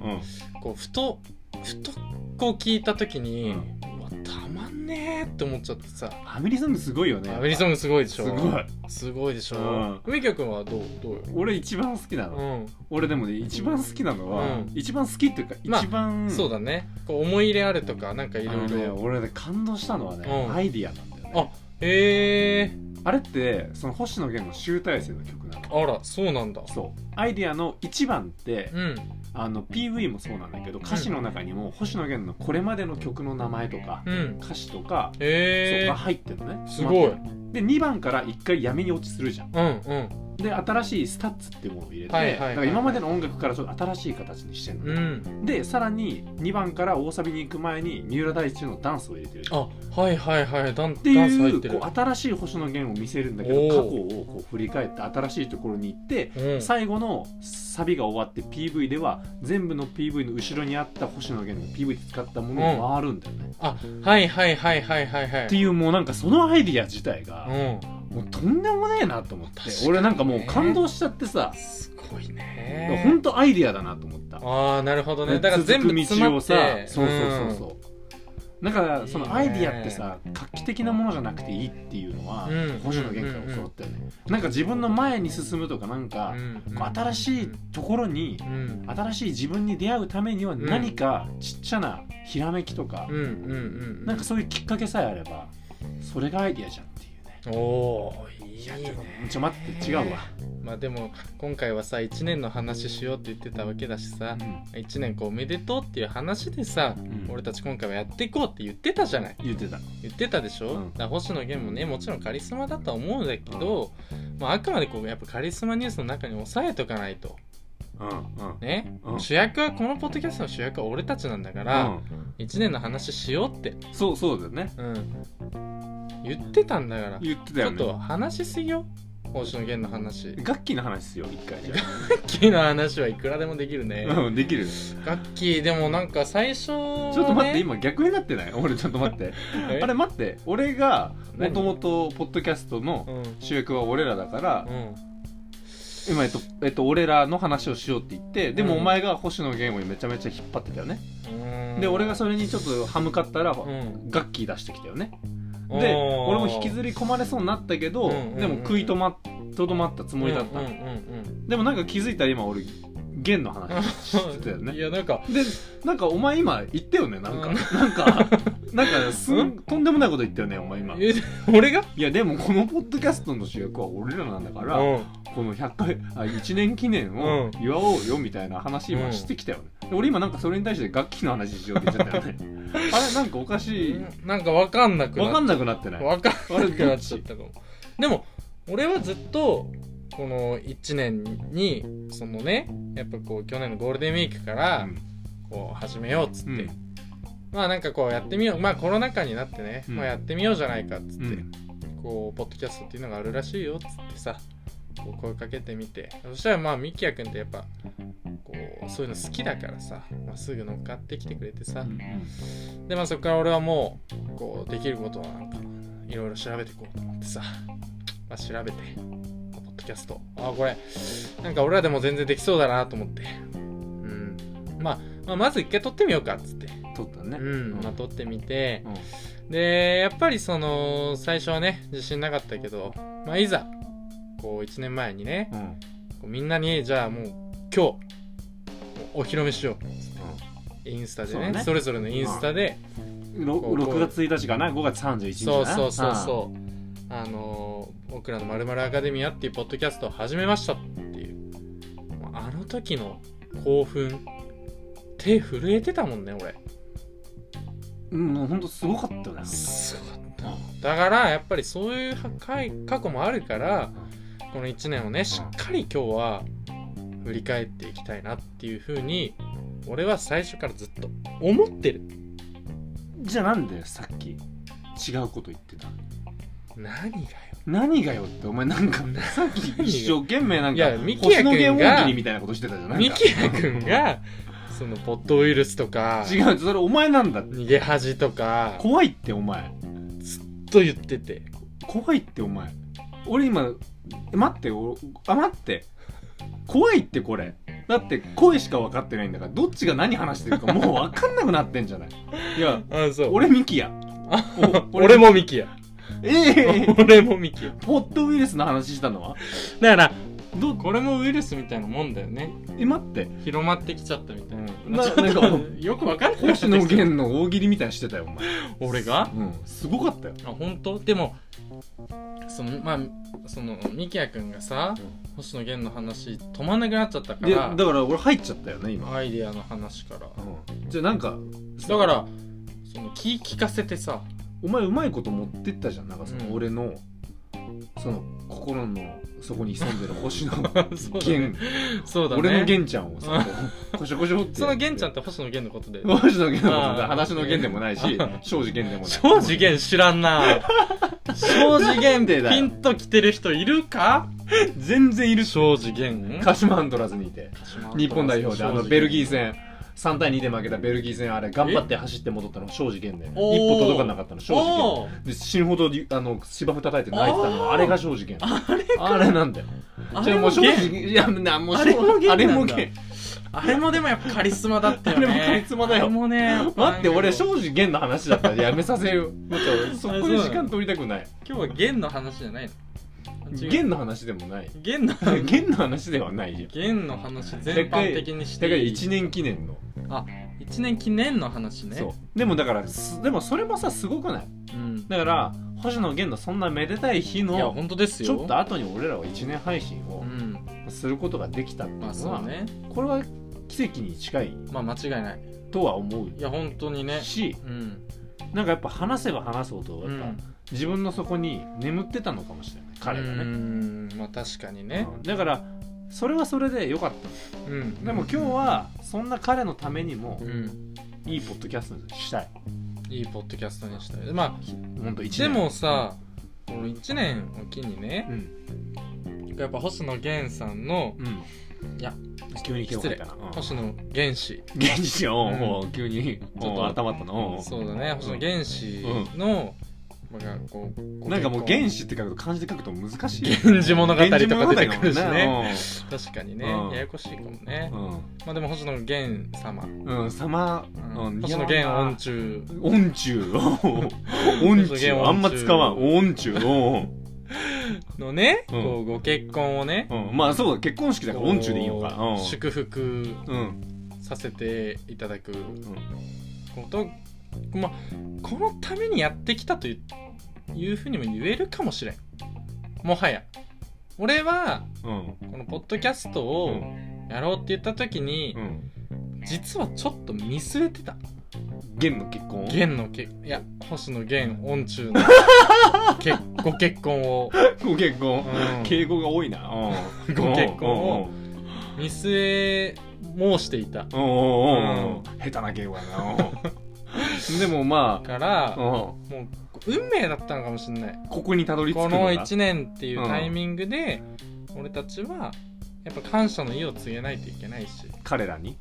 [SPEAKER 1] こう、ふと、ふとこう聞いた時に、う
[SPEAKER 2] う
[SPEAKER 1] んわ、たまんねーって思っちゃってさ、
[SPEAKER 2] ファミリーソングすごいよね
[SPEAKER 1] ファミリーソングすごいでし
[SPEAKER 2] す
[SPEAKER 1] ょ。
[SPEAKER 2] ごい
[SPEAKER 1] すごいでしょ。
[SPEAKER 2] うん
[SPEAKER 1] 梅木君はどうどうよ。
[SPEAKER 2] 俺一番好きなの、
[SPEAKER 1] うん、
[SPEAKER 2] 俺でもね一番好きなのは、
[SPEAKER 1] うん
[SPEAKER 2] 一番好きっていうか、
[SPEAKER 1] まあ
[SPEAKER 2] 一番
[SPEAKER 1] そうだね。こう思い入れあるとか、なんかい
[SPEAKER 2] あ
[SPEAKER 1] ろ
[SPEAKER 2] の
[SPEAKER 1] い
[SPEAKER 2] ね
[SPEAKER 1] ろ。
[SPEAKER 2] 俺ね感動したのはね、
[SPEAKER 1] うん
[SPEAKER 2] アイディアなんだよね
[SPEAKER 1] あへえ
[SPEAKER 2] あれってその星野源の集大成の曲なの
[SPEAKER 1] ー、あら、そうなんだ。
[SPEAKER 2] そうアイディアの一番って、
[SPEAKER 1] うん。
[SPEAKER 2] あの PV もそうなんだけど歌詞の中にも星野源のこれまでの曲の名前とか、
[SPEAKER 1] うん。
[SPEAKER 2] 歌詞とか、そう
[SPEAKER 1] へえ
[SPEAKER 2] が入ってるのね
[SPEAKER 1] すごい
[SPEAKER 2] 詰まってるで2番から1回闇に落ちするじゃん
[SPEAKER 1] ー。うんうん。
[SPEAKER 2] で新しいスタッツっていうものを入れて、
[SPEAKER 1] はいはいはい
[SPEAKER 2] だから今までの音楽からちょっと新しい形にしてるの、
[SPEAKER 1] うん。
[SPEAKER 2] でさらに2番から大サビに行く前に三浦大知のダンスを入れてるっ
[SPEAKER 1] あ、はいはいはい。ダン
[SPEAKER 2] て
[SPEAKER 1] ダンス
[SPEAKER 2] い
[SPEAKER 1] 入っ
[SPEAKER 2] う
[SPEAKER 1] てる
[SPEAKER 2] こ。う新しい星野源を見せるんだけ
[SPEAKER 1] お
[SPEAKER 2] ど
[SPEAKER 1] ー
[SPEAKER 2] 過去をこう振り返って新しいところに行って
[SPEAKER 1] うん、
[SPEAKER 2] 最後のサビが終わって PV では全部の PV の後ろにあった星野源の PV で使ったものを回るんだよね、
[SPEAKER 1] あ、はいはいはいはいはいはい。
[SPEAKER 2] っていうもうなんかそのアイディア自体
[SPEAKER 1] う
[SPEAKER 2] が
[SPEAKER 1] ん。
[SPEAKER 2] もうとんでもねえなと思って
[SPEAKER 1] 確かにね
[SPEAKER 2] 俺なんかもう感動しちゃってさ
[SPEAKER 1] すごい
[SPEAKER 2] ほ
[SPEAKER 1] ね
[SPEAKER 2] ん。とアイディアだなと思った
[SPEAKER 1] ああ、なるほどね。だから全部詰まって。
[SPEAKER 2] そうそうそうそう、だからそ
[SPEAKER 1] いい
[SPEAKER 2] の
[SPEAKER 1] ね
[SPEAKER 2] アイディアってさ画期的なものじゃなくていいっていうのは、
[SPEAKER 1] うん
[SPEAKER 2] 星野源から教わったよね、なんか自分の前に進むとかなんか
[SPEAKER 1] う、ん。うん
[SPEAKER 2] こう新しいところに
[SPEAKER 1] うん。
[SPEAKER 2] 新しい自分に出会うためには
[SPEAKER 1] ん
[SPEAKER 2] 何かちっちゃなひらめきとか
[SPEAKER 1] うん、うんうん。
[SPEAKER 2] なんかそういうきっかけさえあればそれがアイディアじゃんっていうね
[SPEAKER 1] おおーいい
[SPEAKER 2] いやちょっと
[SPEAKER 1] ね。
[SPEAKER 2] ちょ待って違うわ、
[SPEAKER 1] まあでも、今回はさ、1年の話しようって言ってたわけだしさ、1年こうおめでとうっていう話でさ、
[SPEAKER 2] うん
[SPEAKER 1] 俺たち今回はやっていこうって言ってたじゃない。
[SPEAKER 2] 言ってた
[SPEAKER 1] 言ってたでしょ、
[SPEAKER 2] うん
[SPEAKER 1] だから星野源もねもちろんカリスマだとは思うんだけど、まあ、あくまでこうやっぱカリスマニュースの中に抑えとかないと
[SPEAKER 2] うんうん
[SPEAKER 1] ね、
[SPEAKER 2] うん
[SPEAKER 1] 主役はこのポッドキャストの主役は俺たちなんだから、一1年の話しようって、
[SPEAKER 2] うん、そうそうだよね
[SPEAKER 1] うん、言ってたんだから、
[SPEAKER 2] 言ってた
[SPEAKER 1] ち
[SPEAKER 2] よ
[SPEAKER 1] ょっ
[SPEAKER 2] ね
[SPEAKER 1] と話しすぎよ星野源の話
[SPEAKER 2] 楽器の話ですよ一回じゃ
[SPEAKER 1] ガッキーの話はいくらでもできるね
[SPEAKER 2] あ うんできる
[SPEAKER 1] ガッキーでもなんか最初、ね、
[SPEAKER 2] ちょっと待って今逆になってない 俺ちょっと待って
[SPEAKER 1] え
[SPEAKER 2] あれ待って俺がも
[SPEAKER 1] 何
[SPEAKER 2] ともとポッドキャストの
[SPEAKER 1] うん
[SPEAKER 2] 主役は俺らだから
[SPEAKER 1] うん
[SPEAKER 2] 今えっと、えっと、俺らの話をしようって言ってでも
[SPEAKER 1] うん
[SPEAKER 2] お前が星野源をめちゃめちゃ引っ張ってたよね
[SPEAKER 1] うん
[SPEAKER 2] で俺がそれにちょっと歯向かったら
[SPEAKER 1] ん
[SPEAKER 2] ガッキー出してきたよね
[SPEAKER 1] おー
[SPEAKER 2] で俺も引きずり込まれそうになったけど
[SPEAKER 1] うんうんうん
[SPEAKER 2] でも食い止まとどまったつもりだった
[SPEAKER 1] うんうんうんうん
[SPEAKER 2] でもなんか気づいたら今俺源の話してたよね
[SPEAKER 1] いやなんか
[SPEAKER 2] でなんかお前今言ったよねなんか、
[SPEAKER 1] うん
[SPEAKER 2] なん かなんかすん
[SPEAKER 1] うん
[SPEAKER 2] とんでもないこと言ったよねお前今い
[SPEAKER 1] え俺が
[SPEAKER 2] やでもこのポッドキャストの主役は俺らなんだから、この100回あ1年記念を
[SPEAKER 1] う
[SPEAKER 2] 祝おうよみたいな話今してきたよね、で俺今なんかそれに対して楽器の話しようって言っちゃったよね あれなんかおかしい
[SPEAKER 1] うんなんかわかんなくな
[SPEAKER 2] わかんなくなってない
[SPEAKER 1] わかんなくなっちゃったかもでも俺はずっとこの1年にそのねやっぱこう去年のゴールデンウィークか
[SPEAKER 2] う
[SPEAKER 1] ら
[SPEAKER 2] ん
[SPEAKER 1] こう始めようっつって、
[SPEAKER 2] うん
[SPEAKER 1] まあなんかこうやってみようまあコロナ禍になってね、
[SPEAKER 2] うん
[SPEAKER 1] まあやってみようじゃないかっつって、
[SPEAKER 2] うん
[SPEAKER 1] こうポッドキャストっていうのがあるらしいよっつってさこう声かけてみてそしたらまあミキヤ君ってやっぱこうそういうの好きだからさ、まあ、すぐ乗っかってきてくれてさ、でまあそこから俺はもうこうできることはなんかいろいろ調べていこうと思ってさ、まあ、調べてポッドキドキャストあこれなんか俺らでも全然できそうだなと思ってうんまあ、まあ、まず一回撮ってみようかっつって
[SPEAKER 2] 撮ったね
[SPEAKER 1] うん、まあ、撮ってみて、でやっぱりその最初はね自信なかったけど、まあ、いざこう1年前にね
[SPEAKER 2] うんうん
[SPEAKER 1] こうみんなにじゃあもう今日おお披露目しようっつってインスタで
[SPEAKER 2] そ
[SPEAKER 1] ね
[SPEAKER 2] う
[SPEAKER 1] そ
[SPEAKER 2] ね
[SPEAKER 1] れぞれのインスタで、
[SPEAKER 2] ろ
[SPEAKER 1] こう
[SPEAKER 2] 6月1日かな5月31日
[SPEAKER 1] そう
[SPEAKER 2] かな
[SPEAKER 1] そうそうそうあのー僕らの「まるアカデミア」っていうポッドキャストを始めましたっていうまああの時の興奮手震えてたもんね俺
[SPEAKER 2] うんうんもうほんとすごかったよね
[SPEAKER 1] すごかっただからやっぱりそういう回過去もあるからこの1年をねしっかり今日は振り返っていきたいなっていうふうに俺は最初からずっと思ってる
[SPEAKER 2] じゃあなんでさっき違うこと言ってたの
[SPEAKER 1] 何がよ
[SPEAKER 2] 何がよってお前なんかさっき一生懸命なん
[SPEAKER 1] い
[SPEAKER 2] か
[SPEAKER 1] やミキヤ
[SPEAKER 2] 星
[SPEAKER 1] 君が
[SPEAKER 2] の源大喜利みたいなことしてたじゃんない
[SPEAKER 1] ミキヤ君がそのポッドウイルスとか
[SPEAKER 2] 違うそれお前なんだ
[SPEAKER 1] 逃げ恥とか
[SPEAKER 2] 怖いってお前
[SPEAKER 1] と言ってて
[SPEAKER 2] 怖いってお前俺今え待っておあ待って怖いってこれだって声しか分かってないんだからどっちが何話してるかもう分かんなくなってんじゃないいや
[SPEAKER 1] あそう
[SPEAKER 2] 俺ミ キやお
[SPEAKER 1] 俺もミキ や
[SPEAKER 2] ええ
[SPEAKER 1] 俺もミキや
[SPEAKER 2] ポッドウイルスの話したのは
[SPEAKER 1] だから
[SPEAKER 2] ど
[SPEAKER 1] これもウイルスみたいなもんだよね
[SPEAKER 2] え待って
[SPEAKER 1] 広まってきちゃったみたいな,、
[SPEAKER 2] うん
[SPEAKER 1] な
[SPEAKER 2] な
[SPEAKER 1] ちょっと
[SPEAKER 2] なんか
[SPEAKER 1] よくわかんない
[SPEAKER 2] 星野源の大喜利みたいにしてたよお前
[SPEAKER 1] 俺が
[SPEAKER 2] うんすごかったよ
[SPEAKER 1] あ本当でもそのまあそのミキヤ君がさ、
[SPEAKER 2] う
[SPEAKER 1] 星野源の話止まんなくなっちゃったか
[SPEAKER 2] でだ
[SPEAKER 1] ら
[SPEAKER 2] から俺入っちゃったよね今、
[SPEAKER 1] アイデアの話から
[SPEAKER 2] うん、じゃあなんか
[SPEAKER 1] だからその気聞かせてさ
[SPEAKER 2] お前うまいこと持ってったじゃんなんかその、
[SPEAKER 1] うん
[SPEAKER 2] 俺のその心の底に潜んでる星 の
[SPEAKER 1] そうだね
[SPEAKER 2] 源、
[SPEAKER 1] そうだね
[SPEAKER 2] 俺の源ちゃんをさこうコショコショって
[SPEAKER 1] その源ちゃんって星野源のことで
[SPEAKER 2] 星の源 のこと
[SPEAKER 1] あー
[SPEAKER 2] だ話の源でもないし
[SPEAKER 1] あ
[SPEAKER 2] 庄司源でもない
[SPEAKER 1] 超次元知らんな超次元
[SPEAKER 2] でだ
[SPEAKER 1] ピ
[SPEAKER 2] よ
[SPEAKER 1] ンと来てる人いるか
[SPEAKER 2] 全然いる
[SPEAKER 1] 超次元
[SPEAKER 2] 鹿島アントラーズにいて日本代表であのベルギー戦3対2で負けたベルギー戦あれ頑張って走って戻ったの庄司源で
[SPEAKER 1] おー
[SPEAKER 2] 一歩届かなかったの庄司源
[SPEAKER 1] おー
[SPEAKER 2] で死ぬほどあの芝生叩いて泣いてたの
[SPEAKER 1] あー
[SPEAKER 2] あれが庄司源
[SPEAKER 1] あれ
[SPEAKER 2] あれなんだよ
[SPEAKER 1] あ
[SPEAKER 2] じゃ
[SPEAKER 1] れ
[SPEAKER 2] あ
[SPEAKER 1] も
[SPEAKER 2] もう正直
[SPEAKER 1] 元
[SPEAKER 2] いやなもう
[SPEAKER 1] あれも元なんだ
[SPEAKER 2] あれも元
[SPEAKER 1] あれもでもやっぱカリスマだったよね
[SPEAKER 2] あれもカリスマだよ
[SPEAKER 1] あれもね
[SPEAKER 2] 待って俺
[SPEAKER 1] 今
[SPEAKER 2] 庄司源の話だったらやめさせ よもっとそこで時間取りたくない
[SPEAKER 1] 日は元の話じゃないの
[SPEAKER 2] 源の話でもない
[SPEAKER 1] 元の話
[SPEAKER 2] 源の話で はないよ
[SPEAKER 1] 元の話全般的にし
[SPEAKER 2] だから
[SPEAKER 1] ていい
[SPEAKER 2] 1年記念の
[SPEAKER 1] 一年記念の話ね
[SPEAKER 2] そうでもだからすでもそれもさすごくない
[SPEAKER 1] うん
[SPEAKER 2] だから星野源のそんなめでたい日
[SPEAKER 1] いや
[SPEAKER 2] の
[SPEAKER 1] 本当ですよ
[SPEAKER 2] ちょっと後に俺らは1年配信
[SPEAKER 1] う
[SPEAKER 2] を
[SPEAKER 1] ん
[SPEAKER 2] することができたっていう
[SPEAKER 1] まあ
[SPEAKER 2] の
[SPEAKER 1] そ
[SPEAKER 2] は
[SPEAKER 1] うね
[SPEAKER 2] これは奇跡に近い
[SPEAKER 1] まあ間違いない
[SPEAKER 2] とは思
[SPEAKER 1] いや本当にね
[SPEAKER 2] うし
[SPEAKER 1] うん
[SPEAKER 2] なんかやっぱ話せば話そうと
[SPEAKER 1] う
[SPEAKER 2] やっぱ
[SPEAKER 1] ん
[SPEAKER 2] 自分の底に眠ってたのかもしれない彼が
[SPEAKER 1] う
[SPEAKER 2] ね、
[SPEAKER 1] んまあ確かにね
[SPEAKER 2] うんだからそれはそれで良かった
[SPEAKER 1] うん
[SPEAKER 2] でも今日はそんな彼のためにも
[SPEAKER 1] うん
[SPEAKER 2] いいポッドキャストにしたい
[SPEAKER 1] いいポッドキャストにしたいまあ
[SPEAKER 2] 本当一
[SPEAKER 1] で
[SPEAKER 2] 年
[SPEAKER 1] もさこの1年を機にね
[SPEAKER 2] うん
[SPEAKER 1] やっぱ星野源さんの
[SPEAKER 2] うん
[SPEAKER 1] いや
[SPEAKER 2] 急に今
[SPEAKER 1] 失
[SPEAKER 2] 日入
[SPEAKER 1] 礼
[SPEAKER 2] ったなうん
[SPEAKER 1] 星野源氏
[SPEAKER 2] 現実よ、
[SPEAKER 1] うん
[SPEAKER 2] もう急にちょっと頭ったの
[SPEAKER 1] そうだね星野源氏の、まあこうご
[SPEAKER 2] なんかもう
[SPEAKER 1] 結
[SPEAKER 2] 原子って書くと漢字で書くと難しい
[SPEAKER 1] 婚源氏物語とか出てくるしね
[SPEAKER 2] ね
[SPEAKER 1] 確かにね、
[SPEAKER 2] うん
[SPEAKER 1] ややこしいかもね、
[SPEAKER 2] う
[SPEAKER 1] まあでも星野源様、
[SPEAKER 2] ん、うん、様、
[SPEAKER 1] う、
[SPEAKER 2] うんん、
[SPEAKER 1] 星野源音中
[SPEAKER 2] 音中音中あんま使わん音中うん
[SPEAKER 1] のね、
[SPEAKER 2] うん
[SPEAKER 1] こうご結婚をね、
[SPEAKER 2] うん、まあそうだ結婚式だから音中でいいのか
[SPEAKER 1] こう
[SPEAKER 2] う
[SPEAKER 1] 祝福
[SPEAKER 2] ん、うん、
[SPEAKER 1] させていただくこと、まあこのためにやってきたといういうふうにも言えるかもしれんもはや俺は
[SPEAKER 2] うん
[SPEAKER 1] このポッドキャスト
[SPEAKER 2] う
[SPEAKER 1] を
[SPEAKER 2] ん
[SPEAKER 1] やろうって言った時に、
[SPEAKER 2] うん
[SPEAKER 1] 実はちょっと見据えてた
[SPEAKER 2] 弦の結婚
[SPEAKER 1] 源のけいや星野源恩中 のけご結婚を、
[SPEAKER 2] ご 結婚、
[SPEAKER 1] うん
[SPEAKER 2] 敬語が多いな、うん
[SPEAKER 1] ご結婚を見据え申していた
[SPEAKER 2] うんうんうんうん下手な敬語やなうんでもま
[SPEAKER 1] か
[SPEAKER 2] あ、
[SPEAKER 1] ら、
[SPEAKER 2] うん、
[SPEAKER 1] もう運命だったのかもしれない
[SPEAKER 2] ここにたどり着く
[SPEAKER 1] こ
[SPEAKER 2] の
[SPEAKER 1] の
[SPEAKER 2] が
[SPEAKER 1] 1年っていうタイミングで、俺たちはやっぱ感謝の意を告げないといけないし
[SPEAKER 2] 彼らに、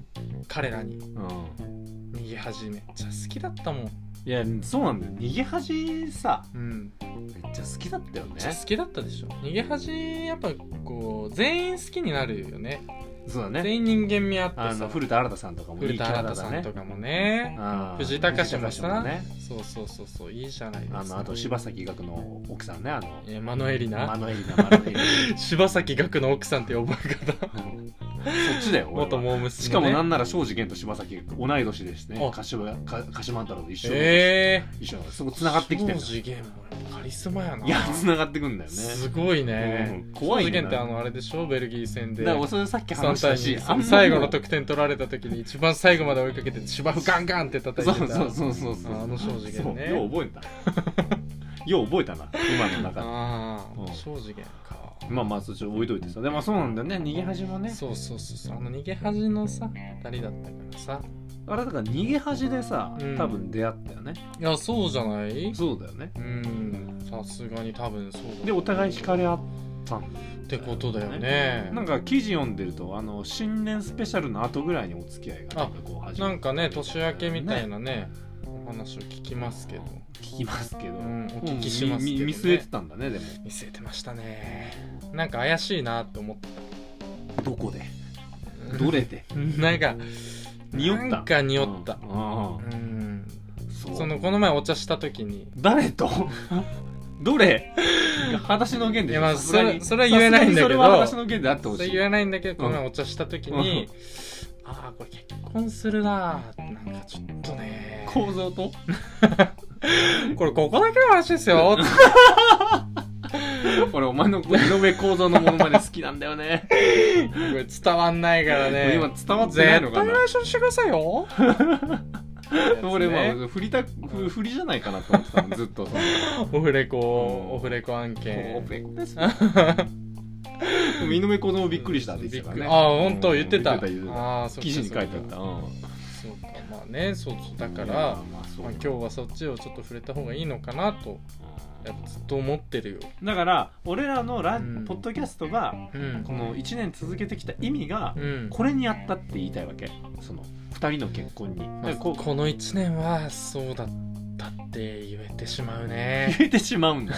[SPEAKER 1] 彼らに
[SPEAKER 2] うん、
[SPEAKER 1] 逃げ始めめっちゃ好きだったもん
[SPEAKER 2] いやそうなんだよ逃げ恥さ
[SPEAKER 1] うん
[SPEAKER 2] めっちゃ好きだったよね
[SPEAKER 1] めっちゃ好きだったでしょ逃げ恥やっぱこう全員好きになるよね
[SPEAKER 2] そうだね
[SPEAKER 1] 全員人間味あって
[SPEAKER 2] あの
[SPEAKER 1] さ
[SPEAKER 2] 古田新太さんとかもい
[SPEAKER 1] 古
[SPEAKER 2] いキャ
[SPEAKER 1] 田新
[SPEAKER 2] ラ
[SPEAKER 1] 太
[SPEAKER 2] だ
[SPEAKER 1] さ
[SPEAKER 2] ね
[SPEAKER 1] んとかもね
[SPEAKER 2] あー
[SPEAKER 1] 藤井隆もさ
[SPEAKER 2] 藤井隆ね
[SPEAKER 1] そうそうそうそういいじゃないですか
[SPEAKER 2] あのあと柴崎岳の奥さんねあの
[SPEAKER 1] えマノエリ
[SPEAKER 2] マ
[SPEAKER 1] ナ
[SPEAKER 2] ノエリナマノエリナ
[SPEAKER 1] 柴崎岳の奥さんって覚え方
[SPEAKER 2] そっちだよ俺
[SPEAKER 1] 元
[SPEAKER 2] は
[SPEAKER 1] モー娘
[SPEAKER 2] しかも
[SPEAKER 1] ね
[SPEAKER 2] なんなら庄司健と柴崎岳同い年でしてね
[SPEAKER 1] あ
[SPEAKER 2] 鹿島か鹿島太郎と一緒なんです
[SPEAKER 1] ええ
[SPEAKER 2] 一緒なんですそこ繋がってきてる
[SPEAKER 1] 庄司源もやっぱカリスマやない
[SPEAKER 2] や繋がってくんだよね
[SPEAKER 1] すごいね
[SPEAKER 2] うん怖い
[SPEAKER 1] 庄司
[SPEAKER 2] ね
[SPEAKER 1] 源ってあのあれでしょベルギー戦で
[SPEAKER 2] だから俺それさっき
[SPEAKER 1] 3
[SPEAKER 2] 話したしあん
[SPEAKER 1] 対
[SPEAKER 2] ま
[SPEAKER 1] 2
[SPEAKER 2] り
[SPEAKER 1] 最後の得点取られた時に一番最後まで追いかけて芝生ガンガンって叩いて
[SPEAKER 2] そ
[SPEAKER 1] た
[SPEAKER 2] うそうそうそうそう
[SPEAKER 1] あの庄司源ね
[SPEAKER 2] そうよう覚えた よう覚えたな今の中で
[SPEAKER 1] あ
[SPEAKER 2] う
[SPEAKER 1] あ
[SPEAKER 2] ん
[SPEAKER 1] 庄司源か
[SPEAKER 2] まあまあそっち置いといてさでもそうなんだよね逃げ恥もね
[SPEAKER 1] そうそうそうそうあの逃げ恥のさ2人だったからさ
[SPEAKER 2] あれだから逃げ恥でさ
[SPEAKER 1] うん
[SPEAKER 2] 多分出会ったよね
[SPEAKER 1] いやそうじゃない
[SPEAKER 2] そうだよね
[SPEAKER 1] うんさすがに多分そうだ
[SPEAKER 2] でお互い惹かれ合ったんだよ
[SPEAKER 1] ってことだよね
[SPEAKER 2] なんか記事読んでるとあの新年スペシャルの後ぐらいにお付き合いがなんかこう始ま
[SPEAKER 1] な
[SPEAKER 2] る
[SPEAKER 1] んかね年明けみたいなねお話を聞きますけど、
[SPEAKER 2] 聞きますけど、
[SPEAKER 1] うん、お聞きしますけど、ね
[SPEAKER 2] みみ見据えてたんだねでも
[SPEAKER 1] 見据えてましたねなんか怪しいなって思って
[SPEAKER 2] どこでどれで
[SPEAKER 1] なんか
[SPEAKER 2] 匂った
[SPEAKER 1] なんか匂った
[SPEAKER 2] うんあ
[SPEAKER 1] うん、
[SPEAKER 2] あそう
[SPEAKER 1] そのこの前お茶した時に
[SPEAKER 2] 誰とどれが裸足の弦でしょ
[SPEAKER 1] いやまあ
[SPEAKER 2] さすがに
[SPEAKER 1] それそれは言えないんだけど
[SPEAKER 2] さすがにそれは裸足の弦であってほ
[SPEAKER 1] そ
[SPEAKER 2] し
[SPEAKER 1] れ
[SPEAKER 2] い
[SPEAKER 1] 言
[SPEAKER 2] い
[SPEAKER 1] えないんだけどこの前お茶した時に
[SPEAKER 2] う
[SPEAKER 1] ああこれ結婚するなーなんかちょっとね
[SPEAKER 2] 構造と
[SPEAKER 1] これここだけの話ですよ
[SPEAKER 2] 俺お前の井上構造のものまで好きなんだよね
[SPEAKER 1] これ伝わんないからね
[SPEAKER 2] 今伝わっ
[SPEAKER 1] 絶
[SPEAKER 2] て
[SPEAKER 1] 対
[SPEAKER 2] ないのかな
[SPEAKER 1] 内緒にしてください よ
[SPEAKER 2] 俺
[SPEAKER 1] ね
[SPEAKER 2] は振りたふ振りじゃないかなと思ってたのずっとその
[SPEAKER 1] オフレコ、
[SPEAKER 2] うん
[SPEAKER 1] オフレコ案
[SPEAKER 2] オ
[SPEAKER 1] 件
[SPEAKER 2] ペコですよ でも井上子供びっくりしたって言ってたからね
[SPEAKER 1] びっくりああ本当
[SPEAKER 2] うん
[SPEAKER 1] 言ってた,、
[SPEAKER 2] 言ってた言ってた
[SPEAKER 1] ああそっか
[SPEAKER 2] 記事に書いてあ
[SPEAKER 1] そ
[SPEAKER 2] った
[SPEAKER 1] か
[SPEAKER 2] うん
[SPEAKER 1] そうかまあねそうそうだから、
[SPEAKER 2] いやま
[SPEAKER 1] ま
[SPEAKER 2] あ
[SPEAKER 1] あ、
[SPEAKER 2] そう
[SPEAKER 1] 今日はそっちをちょっと触れた方がいいのかなとやっぱずっと思ってるよ
[SPEAKER 2] だから俺らのラ、
[SPEAKER 1] うん
[SPEAKER 2] ポッドキャストが
[SPEAKER 1] うん
[SPEAKER 2] この1年続けてきた意味が
[SPEAKER 1] うん
[SPEAKER 2] これにあったって言いたいわけその2人の結婚に、
[SPEAKER 1] まあ
[SPEAKER 2] だからこ
[SPEAKER 1] こ
[SPEAKER 2] う
[SPEAKER 1] の1年はそうだったって言えてしまう ね
[SPEAKER 2] 言えてしまうんだ、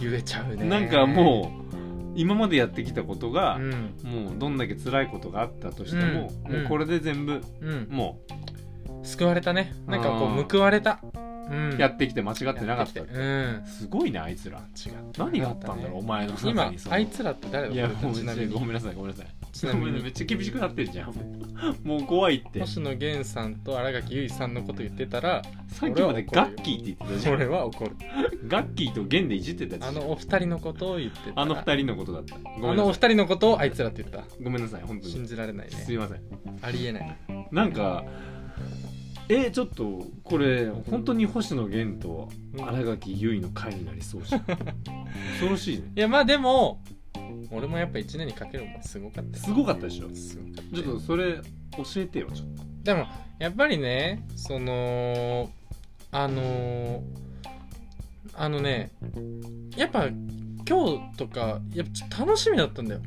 [SPEAKER 1] 言えちゃう
[SPEAKER 2] う
[SPEAKER 1] ね
[SPEAKER 2] ん、なんかもう今までやってきたことが、
[SPEAKER 1] ん
[SPEAKER 2] もうどんだけ辛いことがあったとしても、
[SPEAKER 1] うん
[SPEAKER 2] もうこれで全部
[SPEAKER 1] うん
[SPEAKER 2] も
[SPEAKER 1] 救われたねなんかこ
[SPEAKER 2] あ
[SPEAKER 1] う
[SPEAKER 2] ー
[SPEAKER 1] 報われたうん
[SPEAKER 2] うやってきて間違ってなかった
[SPEAKER 1] やてきてうん
[SPEAKER 2] すごいねあいつら
[SPEAKER 1] 違った
[SPEAKER 2] 何があったんだろう、お前の中
[SPEAKER 1] 今
[SPEAKER 2] にその
[SPEAKER 1] あいつらって誰だ
[SPEAKER 2] いや
[SPEAKER 1] 俺
[SPEAKER 2] も
[SPEAKER 1] た
[SPEAKER 2] う
[SPEAKER 1] ち
[SPEAKER 2] ち
[SPEAKER 1] な
[SPEAKER 2] な
[SPEAKER 1] み
[SPEAKER 2] みにご
[SPEAKER 1] に
[SPEAKER 2] めんなささいごめんなさい
[SPEAKER 1] ちなみ
[SPEAKER 2] ごめん
[SPEAKER 1] に
[SPEAKER 2] めっちゃ厳しくなってるじゃんもう怖いって
[SPEAKER 1] 星野源さんと新垣結衣さんのこと言ってたら
[SPEAKER 2] さっきまでガッキーって言ってたじゃ
[SPEAKER 1] 俺
[SPEAKER 2] ん
[SPEAKER 1] は怒る
[SPEAKER 2] ガッキーとゲンでいじってたじゃ
[SPEAKER 1] あ
[SPEAKER 2] ん
[SPEAKER 1] のお二人のことを言ってた
[SPEAKER 2] あの二人のことだったご
[SPEAKER 1] あ
[SPEAKER 2] めん
[SPEAKER 1] のお
[SPEAKER 2] な
[SPEAKER 1] 二
[SPEAKER 2] さい
[SPEAKER 1] 人のことをあいつらって言った
[SPEAKER 2] ごめんなさい本当
[SPEAKER 1] 信
[SPEAKER 2] に
[SPEAKER 1] じられない
[SPEAKER 2] す
[SPEAKER 1] ね
[SPEAKER 2] いません
[SPEAKER 1] ありえない
[SPEAKER 2] なんかえちょっとこれ本当に星野源と新垣結衣の会になりそう じゃん恐ろしいね
[SPEAKER 1] いやまあでも俺もやっぱ1年にかけるもんすごかったよ
[SPEAKER 2] すごかったでしょ
[SPEAKER 1] すごかった
[SPEAKER 2] ちょっ
[SPEAKER 1] よ
[SPEAKER 2] とそれ教えてよちょっ
[SPEAKER 1] でもやっぱりねそのあのあのねやっぱ今日とかやっぱちょっと楽しみだったんだよ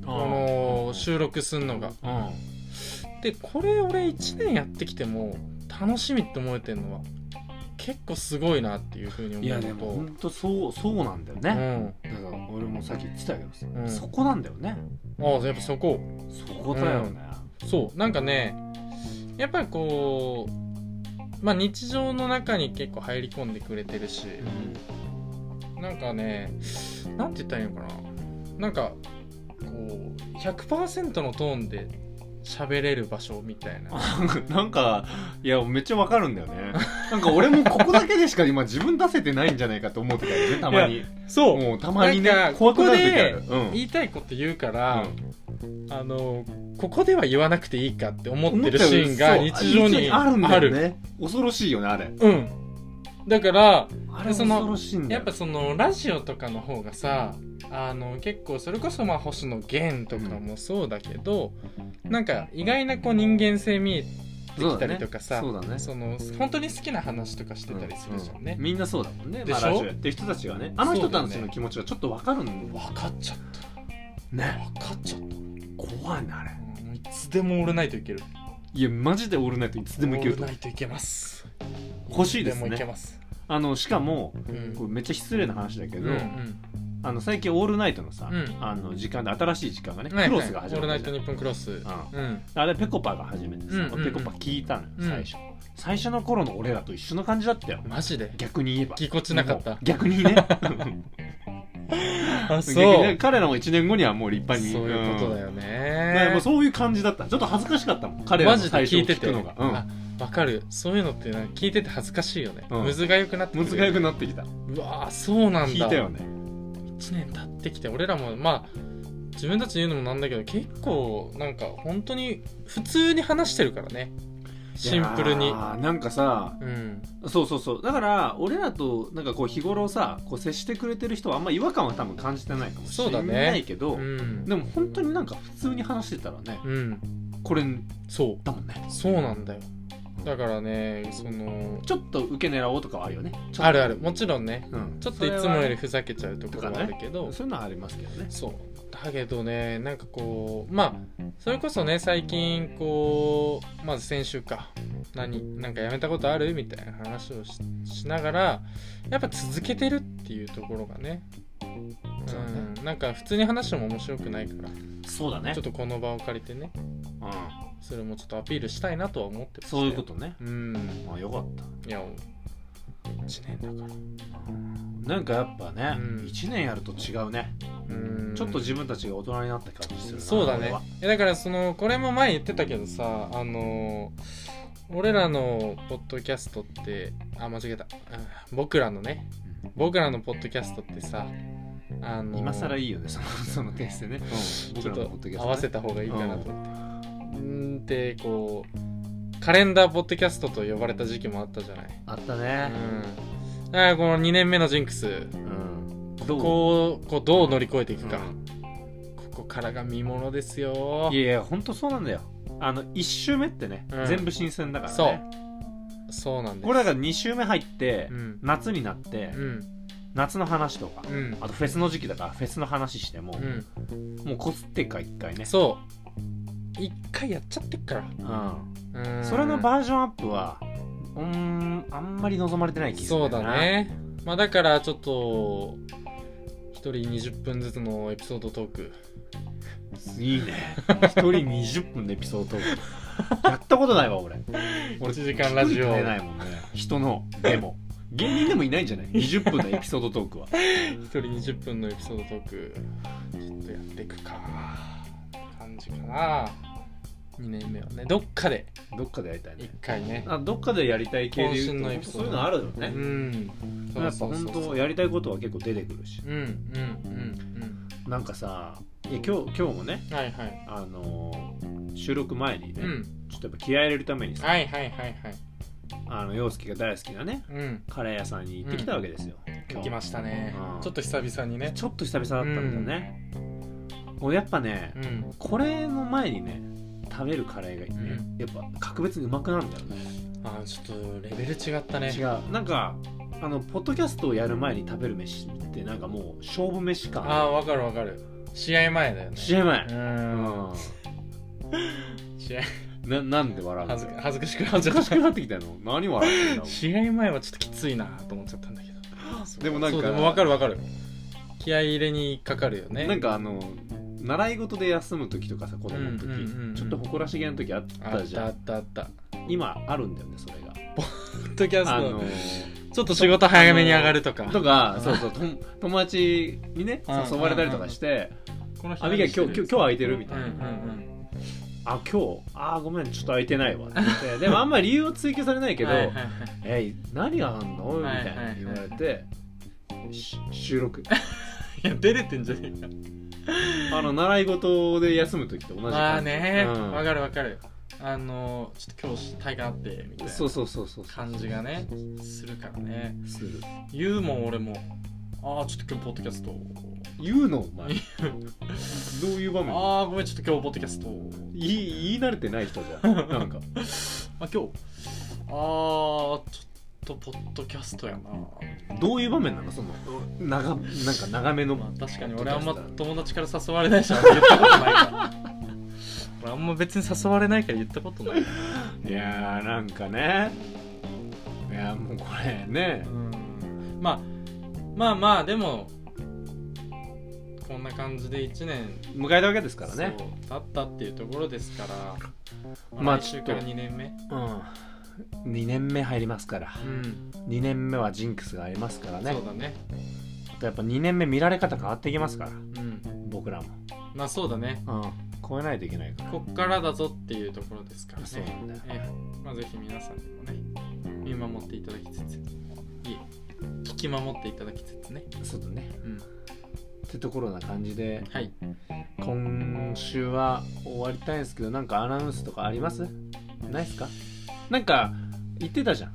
[SPEAKER 2] と
[SPEAKER 1] この収録すんのが
[SPEAKER 2] うん
[SPEAKER 1] でこれ俺1年やってきても楽しみって思えてるのは結構すごいなっていうふうに思う
[SPEAKER 2] い
[SPEAKER 1] と
[SPEAKER 2] やでも本当そうそうなんだよね、
[SPEAKER 1] うん
[SPEAKER 2] だから俺もさっき言ってたけどさ、
[SPEAKER 1] うん
[SPEAKER 2] そこなんだよね
[SPEAKER 1] ああやっぱそこ
[SPEAKER 2] そこだよね、
[SPEAKER 1] そうなんかねやっぱりこうまあ日常の中に結構入り込んでくれてるしなんかねなんて言ったらいいのかななんかこう100%のトーンで喋れる場所みたいな
[SPEAKER 2] なんかいやめっちゃわかるんだよねなんか俺もここだけでしか今自分出せてないんじゃないかと思ってたよねたまに
[SPEAKER 1] そ
[SPEAKER 2] もうたまにね
[SPEAKER 1] なんか
[SPEAKER 2] 怖くなる時ある
[SPEAKER 1] こ
[SPEAKER 2] うん
[SPEAKER 1] 言いたいこと言うから、あのここでは言わなくていいかって思ってるシーンが
[SPEAKER 2] 思ったより
[SPEAKER 1] 日常
[SPEAKER 2] そう
[SPEAKER 1] にあ
[SPEAKER 2] あるん
[SPEAKER 1] る
[SPEAKER 2] だよね恐ろしいよねあれ
[SPEAKER 1] うんだから
[SPEAKER 2] あ
[SPEAKER 1] その
[SPEAKER 2] しいん
[SPEAKER 1] やっぱそのラジオとかの方がさあの結構それこそまあ星野源とかもそうだけど、なんか意外なこう人間性見えてきたりとかさ
[SPEAKER 2] そうだね
[SPEAKER 1] その本当に好きな話とかしてたりするじゃんね、
[SPEAKER 2] みんなそうだもんね
[SPEAKER 1] でしょ
[SPEAKER 2] まあラジオやってる人たちがねあの人たち
[SPEAKER 1] そうだよ
[SPEAKER 2] の
[SPEAKER 1] ね
[SPEAKER 2] 気持ちがちょっとわかるんだよ
[SPEAKER 1] 分かっちゃった
[SPEAKER 2] ね
[SPEAKER 1] 分かっちゃった、
[SPEAKER 2] 怖いねあれ
[SPEAKER 1] うんもういつでもオールナイトいける
[SPEAKER 2] いやマジでオールナイトいつでもいける
[SPEAKER 1] オー
[SPEAKER 2] と
[SPEAKER 1] ル
[SPEAKER 2] 思
[SPEAKER 1] ナ
[SPEAKER 2] う
[SPEAKER 1] イトいけます
[SPEAKER 2] 欲しいです
[SPEAKER 1] もいけ
[SPEAKER 2] ね
[SPEAKER 1] ます、
[SPEAKER 2] あのしかも
[SPEAKER 1] うん
[SPEAKER 2] これめっちゃ失礼な話だけ
[SPEAKER 1] う
[SPEAKER 2] ど、
[SPEAKER 1] んうん
[SPEAKER 2] あの最近「オールナイト」のさ、
[SPEAKER 1] うん
[SPEAKER 2] あの時間で新しい時間がね、
[SPEAKER 1] はい
[SPEAKER 2] クロスが始
[SPEAKER 1] はいオール
[SPEAKER 2] ま
[SPEAKER 1] ナ
[SPEAKER 2] っ
[SPEAKER 1] イト
[SPEAKER 2] た
[SPEAKER 1] ニッポンクロスうん
[SPEAKER 2] あれペコパが始めてさ、
[SPEAKER 1] うんうんうん
[SPEAKER 2] ペコパ聞いたのよ
[SPEAKER 1] うん
[SPEAKER 2] 最初、最初の頃の俺らと一緒の感じだったよ
[SPEAKER 1] マジで
[SPEAKER 2] 逆に言えば
[SPEAKER 1] ぎこちなかった
[SPEAKER 2] 逆にね
[SPEAKER 1] あ
[SPEAKER 2] 逆にね彼らも1年後にはもう立
[SPEAKER 1] そう
[SPEAKER 2] 派に
[SPEAKER 1] いうことだよ
[SPEAKER 2] うんだから
[SPEAKER 1] ね
[SPEAKER 2] もうそういう感じだったちょっと恥ずかしかったもん彼ら
[SPEAKER 1] マ
[SPEAKER 2] の
[SPEAKER 1] ジで
[SPEAKER 2] 最初
[SPEAKER 1] 聞いて
[SPEAKER 2] 聞
[SPEAKER 1] て
[SPEAKER 2] くのが
[SPEAKER 1] あわかるそういうのってなんか聞いてて恥ずかしいよね、
[SPEAKER 2] うん
[SPEAKER 1] むずがよくなって
[SPEAKER 2] うん、
[SPEAKER 1] く
[SPEAKER 2] 難
[SPEAKER 1] る
[SPEAKER 2] しくなってきた
[SPEAKER 1] うわーそうなんだ
[SPEAKER 2] 聞いたよね
[SPEAKER 1] 1年経ってきて俺らもまあ自分たちで言うのもなんだけど結構なんか本当に普通に話してるからねシンプル
[SPEAKER 2] い
[SPEAKER 1] に
[SPEAKER 2] やーなんかさ
[SPEAKER 1] うん
[SPEAKER 2] そうそうそうだから俺らとなんかこう日頃さこう接してくれてる人はあんま違和感は多分感じてないかもし
[SPEAKER 1] そうだ
[SPEAKER 2] れ
[SPEAKER 1] ね
[SPEAKER 2] ないけど、
[SPEAKER 1] うん
[SPEAKER 2] でも本当になんか普通に話してたらね
[SPEAKER 1] うん
[SPEAKER 2] これ
[SPEAKER 1] そ
[SPEAKER 2] だもんね
[SPEAKER 1] うそうなんだよだからねその
[SPEAKER 2] ちょっと受け狙おうとかはあるよねちょっと
[SPEAKER 1] あるあるもちろんね
[SPEAKER 2] うん
[SPEAKER 1] ちょっといつもよりふざけちゃうところはあるけ
[SPEAKER 2] それ
[SPEAKER 1] ど、
[SPEAKER 2] はそういうのはありますけどね
[SPEAKER 1] そうだけどねなんかこうまあそれこそね最近こうまず先週か何なんかやめたことあるみたいな話をししながらやっぱ続けてるっていうところがね
[SPEAKER 2] そうね
[SPEAKER 1] うん、なんか普通に話しても面白くないから、
[SPEAKER 2] そうだね
[SPEAKER 1] ちょっとこの場を借りてね
[SPEAKER 2] うん、
[SPEAKER 1] それもちょっとアピールしたいなとは思ってましたよ
[SPEAKER 2] そういうことね
[SPEAKER 1] うん
[SPEAKER 2] あよかった
[SPEAKER 1] いや1年だか
[SPEAKER 2] なんかやっぱね、
[SPEAKER 1] うん
[SPEAKER 2] 一1年やると違うね、
[SPEAKER 1] らうん
[SPEAKER 2] ちょっと自分たちが大人になった感じするな
[SPEAKER 1] そうだ
[SPEAKER 2] 俺
[SPEAKER 1] ね
[SPEAKER 2] はい
[SPEAKER 1] やだからそのこれも前言ってたけどさあのー俺らのポッドキャストってあ間違えた、うん僕らのね僕らのポッドキャストってさあのー
[SPEAKER 2] 今更いいよねそのそのテストね、うん、
[SPEAKER 1] ちょっ
[SPEAKER 2] 僕らの
[SPEAKER 1] と
[SPEAKER 2] ポッドキャストね
[SPEAKER 1] 合わせた方がいいかなと思ってうんーってこうカレンダーポッドキャストと呼ばれた時期もあったじゃない
[SPEAKER 2] あった
[SPEAKER 1] う
[SPEAKER 2] ね、
[SPEAKER 1] んだからこの2年目のジンクス
[SPEAKER 2] うん、
[SPEAKER 1] ここをこうどう乗り越えていくか、
[SPEAKER 2] うん
[SPEAKER 1] ここからが見ものですよ
[SPEAKER 2] いやいや本当そうなんだよあの1周目ってね、
[SPEAKER 1] うん
[SPEAKER 2] 全部新鮮だからね
[SPEAKER 1] そうそうなんです
[SPEAKER 2] これだから2周目入って、
[SPEAKER 1] うん
[SPEAKER 2] 夏になって、
[SPEAKER 1] うん
[SPEAKER 2] 夏の話とか、
[SPEAKER 1] うん
[SPEAKER 2] あとフェスの時期だからフェスの話しても
[SPEAKER 1] う、ん
[SPEAKER 2] もうこすってっか一回ね
[SPEAKER 1] そう一回やっちゃってっから
[SPEAKER 2] う、
[SPEAKER 1] うー
[SPEAKER 2] ん、
[SPEAKER 1] ん
[SPEAKER 2] それのバージョンアップはうーんあんまり望まれてない気がする
[SPEAKER 1] そうん
[SPEAKER 2] よ
[SPEAKER 1] だ
[SPEAKER 2] な
[SPEAKER 1] ねまあだからちょっと一人20分ずつのエピソードトーク
[SPEAKER 2] いい ね一人20分のエピソードトークやったことないわ俺俺
[SPEAKER 1] 1時間ラジオ
[SPEAKER 2] 聞いてないもんね人のでも芸人でもいないんじゃない20分のエピソードトークは
[SPEAKER 1] 一人20分のエピソードトークちょっとやっていくか感じかな2年目はねどっかで
[SPEAKER 2] どっかでやりたいね
[SPEAKER 1] 一回ね
[SPEAKER 2] あどっかでやりたい系で言
[SPEAKER 1] 渾身
[SPEAKER 2] う
[SPEAKER 1] の
[SPEAKER 2] と
[SPEAKER 1] エ
[SPEAKER 2] 本
[SPEAKER 1] ピ
[SPEAKER 2] 当
[SPEAKER 1] ソード
[SPEAKER 2] そういうのあるよね、
[SPEAKER 1] うん
[SPEAKER 2] やっぱ本当やりたいことは結構出てくるし
[SPEAKER 1] うんうんうん
[SPEAKER 2] なんかさいや今日今日もね
[SPEAKER 1] うんはいはい
[SPEAKER 2] あのー収録前にね、
[SPEAKER 1] うん
[SPEAKER 2] ちょっとやっぱ気合い入れるためにさ
[SPEAKER 1] はいはいはいはい
[SPEAKER 2] あの陽介が大好きなね
[SPEAKER 1] うん
[SPEAKER 2] カレー屋さんに行ってきたわけですよ、今
[SPEAKER 1] 行
[SPEAKER 2] 日
[SPEAKER 1] きましたね
[SPEAKER 2] うん
[SPEAKER 1] ちょっと久々にね
[SPEAKER 2] ちょっと久々だったんだよね、俺やっぱね、
[SPEAKER 1] うん
[SPEAKER 2] これの前にね食べるカレーがね、
[SPEAKER 1] うん
[SPEAKER 2] やっぱ格別にうまくなるんだよね
[SPEAKER 1] あーちょっとレベル違ったね
[SPEAKER 2] 違うなんかあのポッドキャストをやる前に食べる飯ってなんかもう勝負飯感
[SPEAKER 1] ああわかるわかる試合前だよね
[SPEAKER 2] 試合前
[SPEAKER 1] う、ん試合
[SPEAKER 2] ななんで笑うの
[SPEAKER 1] 恥ず恥ずかしくなっちゃ
[SPEAKER 2] おか
[SPEAKER 1] っ
[SPEAKER 2] しくなってきたの何笑ってんだ
[SPEAKER 1] た 試合前はちょっときついなと思っちゃったんだけど
[SPEAKER 2] でもなんか
[SPEAKER 1] そうでもわかるわかる気合い入れにかかるよね
[SPEAKER 2] なんかあの習い事で休む時とかさ子供の時、
[SPEAKER 1] うんうんうんうん
[SPEAKER 2] ちょっと誇らしげな時あっ
[SPEAKER 1] あ
[SPEAKER 2] た
[SPEAKER 1] っ
[SPEAKER 2] じ
[SPEAKER 1] たあ
[SPEAKER 2] ゃん
[SPEAKER 1] ったあった
[SPEAKER 2] 今あるんだよねそれが
[SPEAKER 1] ポッドキャス
[SPEAKER 2] あ
[SPEAKER 1] ト
[SPEAKER 2] の
[SPEAKER 1] ちょっと仕事早めに上がると か
[SPEAKER 2] とかそうそうと友達にね
[SPEAKER 1] うん
[SPEAKER 2] 誘われたりとかして
[SPEAKER 1] この
[SPEAKER 2] 「
[SPEAKER 1] 人
[SPEAKER 2] あみが今日今日今日空いてる?」み
[SPEAKER 1] う
[SPEAKER 2] た
[SPEAKER 1] ん
[SPEAKER 2] いな
[SPEAKER 1] う
[SPEAKER 2] 「
[SPEAKER 1] ん
[SPEAKER 2] あ今日あーごめんちょっと空いてないわ」って 言ってでもあんまり理由を追求されない
[SPEAKER 1] け
[SPEAKER 2] けど「えい何があんの?」みたいな言われてし収録
[SPEAKER 1] いや出れてんじゃねえか
[SPEAKER 2] あの習い事で休む時と同じ
[SPEAKER 1] まあ
[SPEAKER 2] 感じ
[SPEAKER 1] ね
[SPEAKER 2] うん
[SPEAKER 1] わかるわかるあのちょっと今日大会あってみたいな
[SPEAKER 2] そうそうそうそう
[SPEAKER 1] 感じがねするからね
[SPEAKER 2] する
[SPEAKER 1] 言うもん俺もああちょっと今日ポッドキャスト
[SPEAKER 2] 言うのお前どういう場面
[SPEAKER 1] ああごめんちょっと今日ポッドキャスト
[SPEAKER 2] 言い言い慣れてない人じゃん なんか
[SPEAKER 1] あ今日ああちょっとポッドキャストやな
[SPEAKER 2] どういう場面なのその長なんか長めの
[SPEAKER 1] まあ確かに俺あんま友達から誘われないしあんま言ったことないから 俺あんま別に誘われないから言ったことない
[SPEAKER 2] いやーなんかねいややもうこれね
[SPEAKER 1] うんまあまあまあでもこんな感じで1年
[SPEAKER 2] 迎えたわけですからね
[SPEAKER 1] そう経ったっていうところですから
[SPEAKER 2] まあ
[SPEAKER 1] 来週から2年目
[SPEAKER 2] うん2年目入りますから
[SPEAKER 1] うん
[SPEAKER 2] 2年目はジンクスがありますからね
[SPEAKER 1] そうだね
[SPEAKER 2] あとやっぱ2年目見られ方変わってきますから
[SPEAKER 1] うん
[SPEAKER 2] 僕らも
[SPEAKER 1] まあそうだね
[SPEAKER 2] うん超えないといけないから
[SPEAKER 1] こっからだぞっていうところですからね
[SPEAKER 2] そうなんだよ
[SPEAKER 1] ええまあぜひ皆さんにもね見守っていただきつついえ聞き守っていただきつつね
[SPEAKER 2] そうだね
[SPEAKER 1] うん
[SPEAKER 2] ってところな感じで
[SPEAKER 1] はい
[SPEAKER 2] 今週は終わりたいんですけどなんかアナウンスとかありますないっすかなんか言ってたじゃ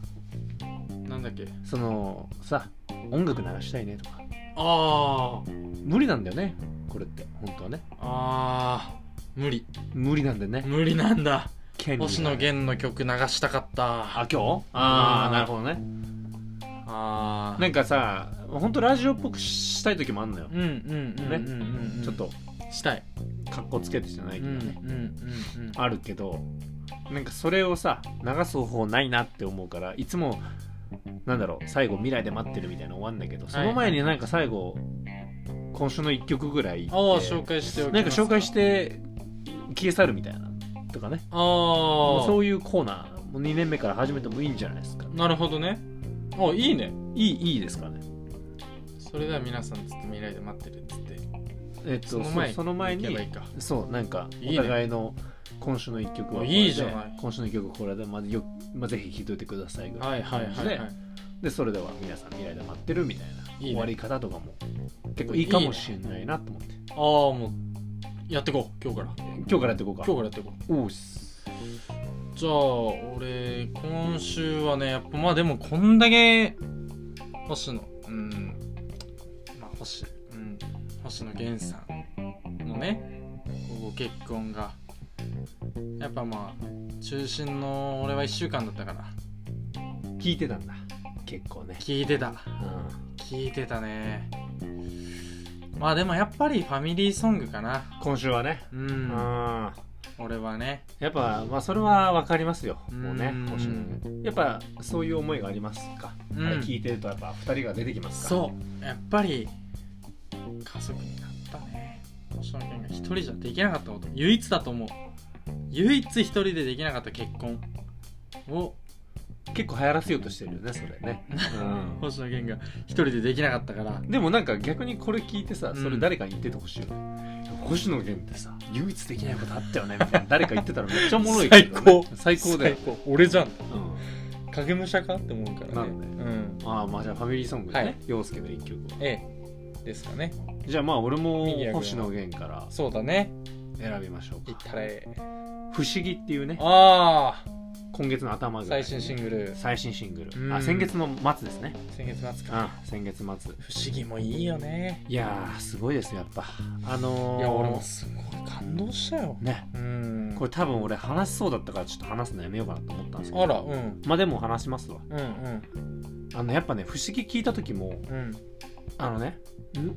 [SPEAKER 2] ん
[SPEAKER 1] なんだっけ
[SPEAKER 2] そのさ音楽流したいねとか
[SPEAKER 1] あ
[SPEAKER 2] 無理なんだよねこれって本当はね
[SPEAKER 1] ああー無理
[SPEAKER 2] 無理なんだよね
[SPEAKER 1] 無理なんだ
[SPEAKER 2] 権利が
[SPEAKER 1] 星野源の曲流したかった
[SPEAKER 2] あ今日ああ
[SPEAKER 1] うん
[SPEAKER 2] なるほどね
[SPEAKER 1] あ
[SPEAKER 2] なんかさ本当ラジオっぽくしたい時もあんのよ
[SPEAKER 1] うんうんうんうんうんうん、
[SPEAKER 2] ちょっと
[SPEAKER 1] したい、
[SPEAKER 2] かっこつけてじゃないけどね
[SPEAKER 1] うんうん
[SPEAKER 2] あるけどなんかそれをさ流す方法ないなって思うからいつもなんだろう最後未来で待ってるみたいなの終わんだけどその前になんか最後今週の1曲ぐらい
[SPEAKER 1] ああ紹介しておきま
[SPEAKER 2] な
[SPEAKER 1] す
[SPEAKER 2] んか紹介して消え去るみたいなとかね
[SPEAKER 1] ああ
[SPEAKER 2] そういうコーナーもう2年目から始めてもいいんじゃないですか
[SPEAKER 1] なるほどねあいいね
[SPEAKER 2] いいいいですかね
[SPEAKER 1] それでは皆さんつって未来で待ってるっつって
[SPEAKER 2] えっと
[SPEAKER 1] その前
[SPEAKER 2] その前
[SPEAKER 1] 行けばいい
[SPEAKER 2] に
[SPEAKER 1] か
[SPEAKER 2] そうなんか
[SPEAKER 1] いい
[SPEAKER 2] お
[SPEAKER 1] ね
[SPEAKER 2] 互いの今週の1曲はこれで
[SPEAKER 1] いいじゃない
[SPEAKER 2] 今週の1曲はこれでまずよ、まあ、ぜひ聴いといてくださいぐらい
[SPEAKER 1] はいはいはい、はい、
[SPEAKER 2] でそれでは皆さん未来で待ってるみたいない
[SPEAKER 1] いね
[SPEAKER 2] 終わり方とかも結構いいかもしれないなと思って
[SPEAKER 1] ああもうやってこう今日から
[SPEAKER 2] 今日からやっていこうか
[SPEAKER 1] 今日からやってこう
[SPEAKER 2] おうっす
[SPEAKER 1] じゃあ俺今週はねやっぱまあでもこんだけ星野うんまあ星うん星野源さんのねご結婚がやっぱまあ中心の俺は1週間だったから
[SPEAKER 2] 聞いてたんだ結構ね
[SPEAKER 1] 聞いてた
[SPEAKER 2] うん
[SPEAKER 1] 聞いてたねまあでもやっぱりファミリーソングかな
[SPEAKER 2] 今週はね
[SPEAKER 1] う
[SPEAKER 2] うんん
[SPEAKER 1] 俺はね
[SPEAKER 2] やっぱまあそれは分かりますよもうね
[SPEAKER 1] うん
[SPEAKER 2] 星野源やっぱそういう思いがありますか、
[SPEAKER 1] うん
[SPEAKER 2] あれ聞いてるとやっぱ2人が出てきますか
[SPEAKER 1] そうやっぱり家族になったね星野源が一人じゃできなかったこと唯一だと思う唯一一人でできなかった結婚を
[SPEAKER 2] 結構流行らせようとしてるよねそ れね、う
[SPEAKER 1] 星野源が一人でできなかったから
[SPEAKER 2] ん、でもなんか逆にこれ聞いてさ
[SPEAKER 1] うん
[SPEAKER 2] それ誰かに言っててほしいよね、星野源ってさ唯一できないことあったよねみ たいな誰か言ってたらめっちゃおもろいけど、ね、最高だよ、
[SPEAKER 1] 高俺じゃん
[SPEAKER 2] う
[SPEAKER 1] 影武者かって思うからね
[SPEAKER 2] なんで
[SPEAKER 1] うん
[SPEAKER 2] ん、ああまあじゃあファミリーソングでね、
[SPEAKER 1] はい
[SPEAKER 2] 陽介の一曲を
[SPEAKER 1] ええですかね
[SPEAKER 2] じゃあまあ俺も
[SPEAKER 1] ミリア君は
[SPEAKER 2] 星野源から
[SPEAKER 1] そうだね
[SPEAKER 2] 選びましょう
[SPEAKER 1] いっ
[SPEAKER 2] か
[SPEAKER 1] たらええ
[SPEAKER 2] 「不思議」っていうね
[SPEAKER 1] ああ
[SPEAKER 2] 今月の頭ぐらい
[SPEAKER 1] 最新シングル
[SPEAKER 2] 最新シング
[SPEAKER 1] うん
[SPEAKER 2] ルあ先月の末ですね
[SPEAKER 1] 先月末か
[SPEAKER 2] うん先月末
[SPEAKER 1] 不思議もいいよね
[SPEAKER 2] いやーすごいですよやっぱあのー、
[SPEAKER 1] いや俺もすごい感動したよ
[SPEAKER 2] ね
[SPEAKER 1] うん
[SPEAKER 2] これ多分俺話しそうだったからちょっと話すのやめようかなと思ったんですけど
[SPEAKER 1] あらうん
[SPEAKER 2] まあでも話しますわ
[SPEAKER 1] うんうん
[SPEAKER 2] あのやっぱね不思議聞いた時も
[SPEAKER 1] うん
[SPEAKER 2] あのねん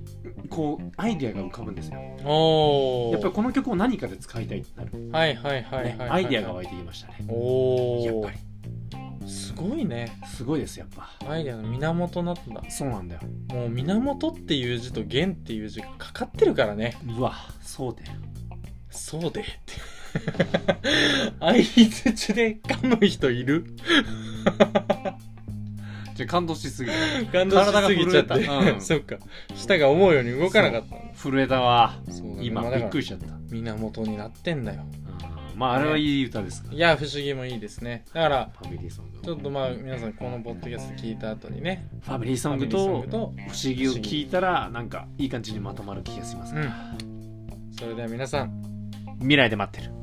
[SPEAKER 2] こうアイディアが浮かぶんですよ
[SPEAKER 1] おお
[SPEAKER 2] やっぱりこの曲を何かで使いたいってなる、ね
[SPEAKER 1] はいはいはいはいはい
[SPEAKER 2] アイディアが湧いてきましたね
[SPEAKER 1] おお
[SPEAKER 2] やっぱり
[SPEAKER 1] すごいね
[SPEAKER 2] すごいですやっぱ
[SPEAKER 1] アイディアの源なんだ
[SPEAKER 2] そうなんだよ
[SPEAKER 1] もう源っていう字と源っていう字がかかってるからね
[SPEAKER 2] うわそうだよ
[SPEAKER 1] そうでっ て相づちでかむ人いる
[SPEAKER 2] じゃ感動しすぎる
[SPEAKER 1] 感動しすぎちゃっ
[SPEAKER 2] 体が震えた
[SPEAKER 1] て、
[SPEAKER 2] うん
[SPEAKER 1] そっか舌が思うように動かなかったんだ
[SPEAKER 2] 震えたわ
[SPEAKER 1] そうだね
[SPEAKER 2] 今
[SPEAKER 1] まあだ
[SPEAKER 2] びっ
[SPEAKER 1] から
[SPEAKER 2] くりしちゃったうん
[SPEAKER 1] 源になってんだよ
[SPEAKER 2] まああれはいい歌ですから
[SPEAKER 1] いや不思議もいいですねだから
[SPEAKER 2] ファミリーソング
[SPEAKER 1] ちょっとまあ皆さんこのポッドキャスト聞いた後にね
[SPEAKER 2] ファミリーソング
[SPEAKER 1] ファミリー
[SPEAKER 2] と
[SPEAKER 1] ソングと
[SPEAKER 2] 不思議を聞いたらなんかいい感じにまとまる気がします、
[SPEAKER 1] うんそれでは皆さん
[SPEAKER 2] 未来で待ってる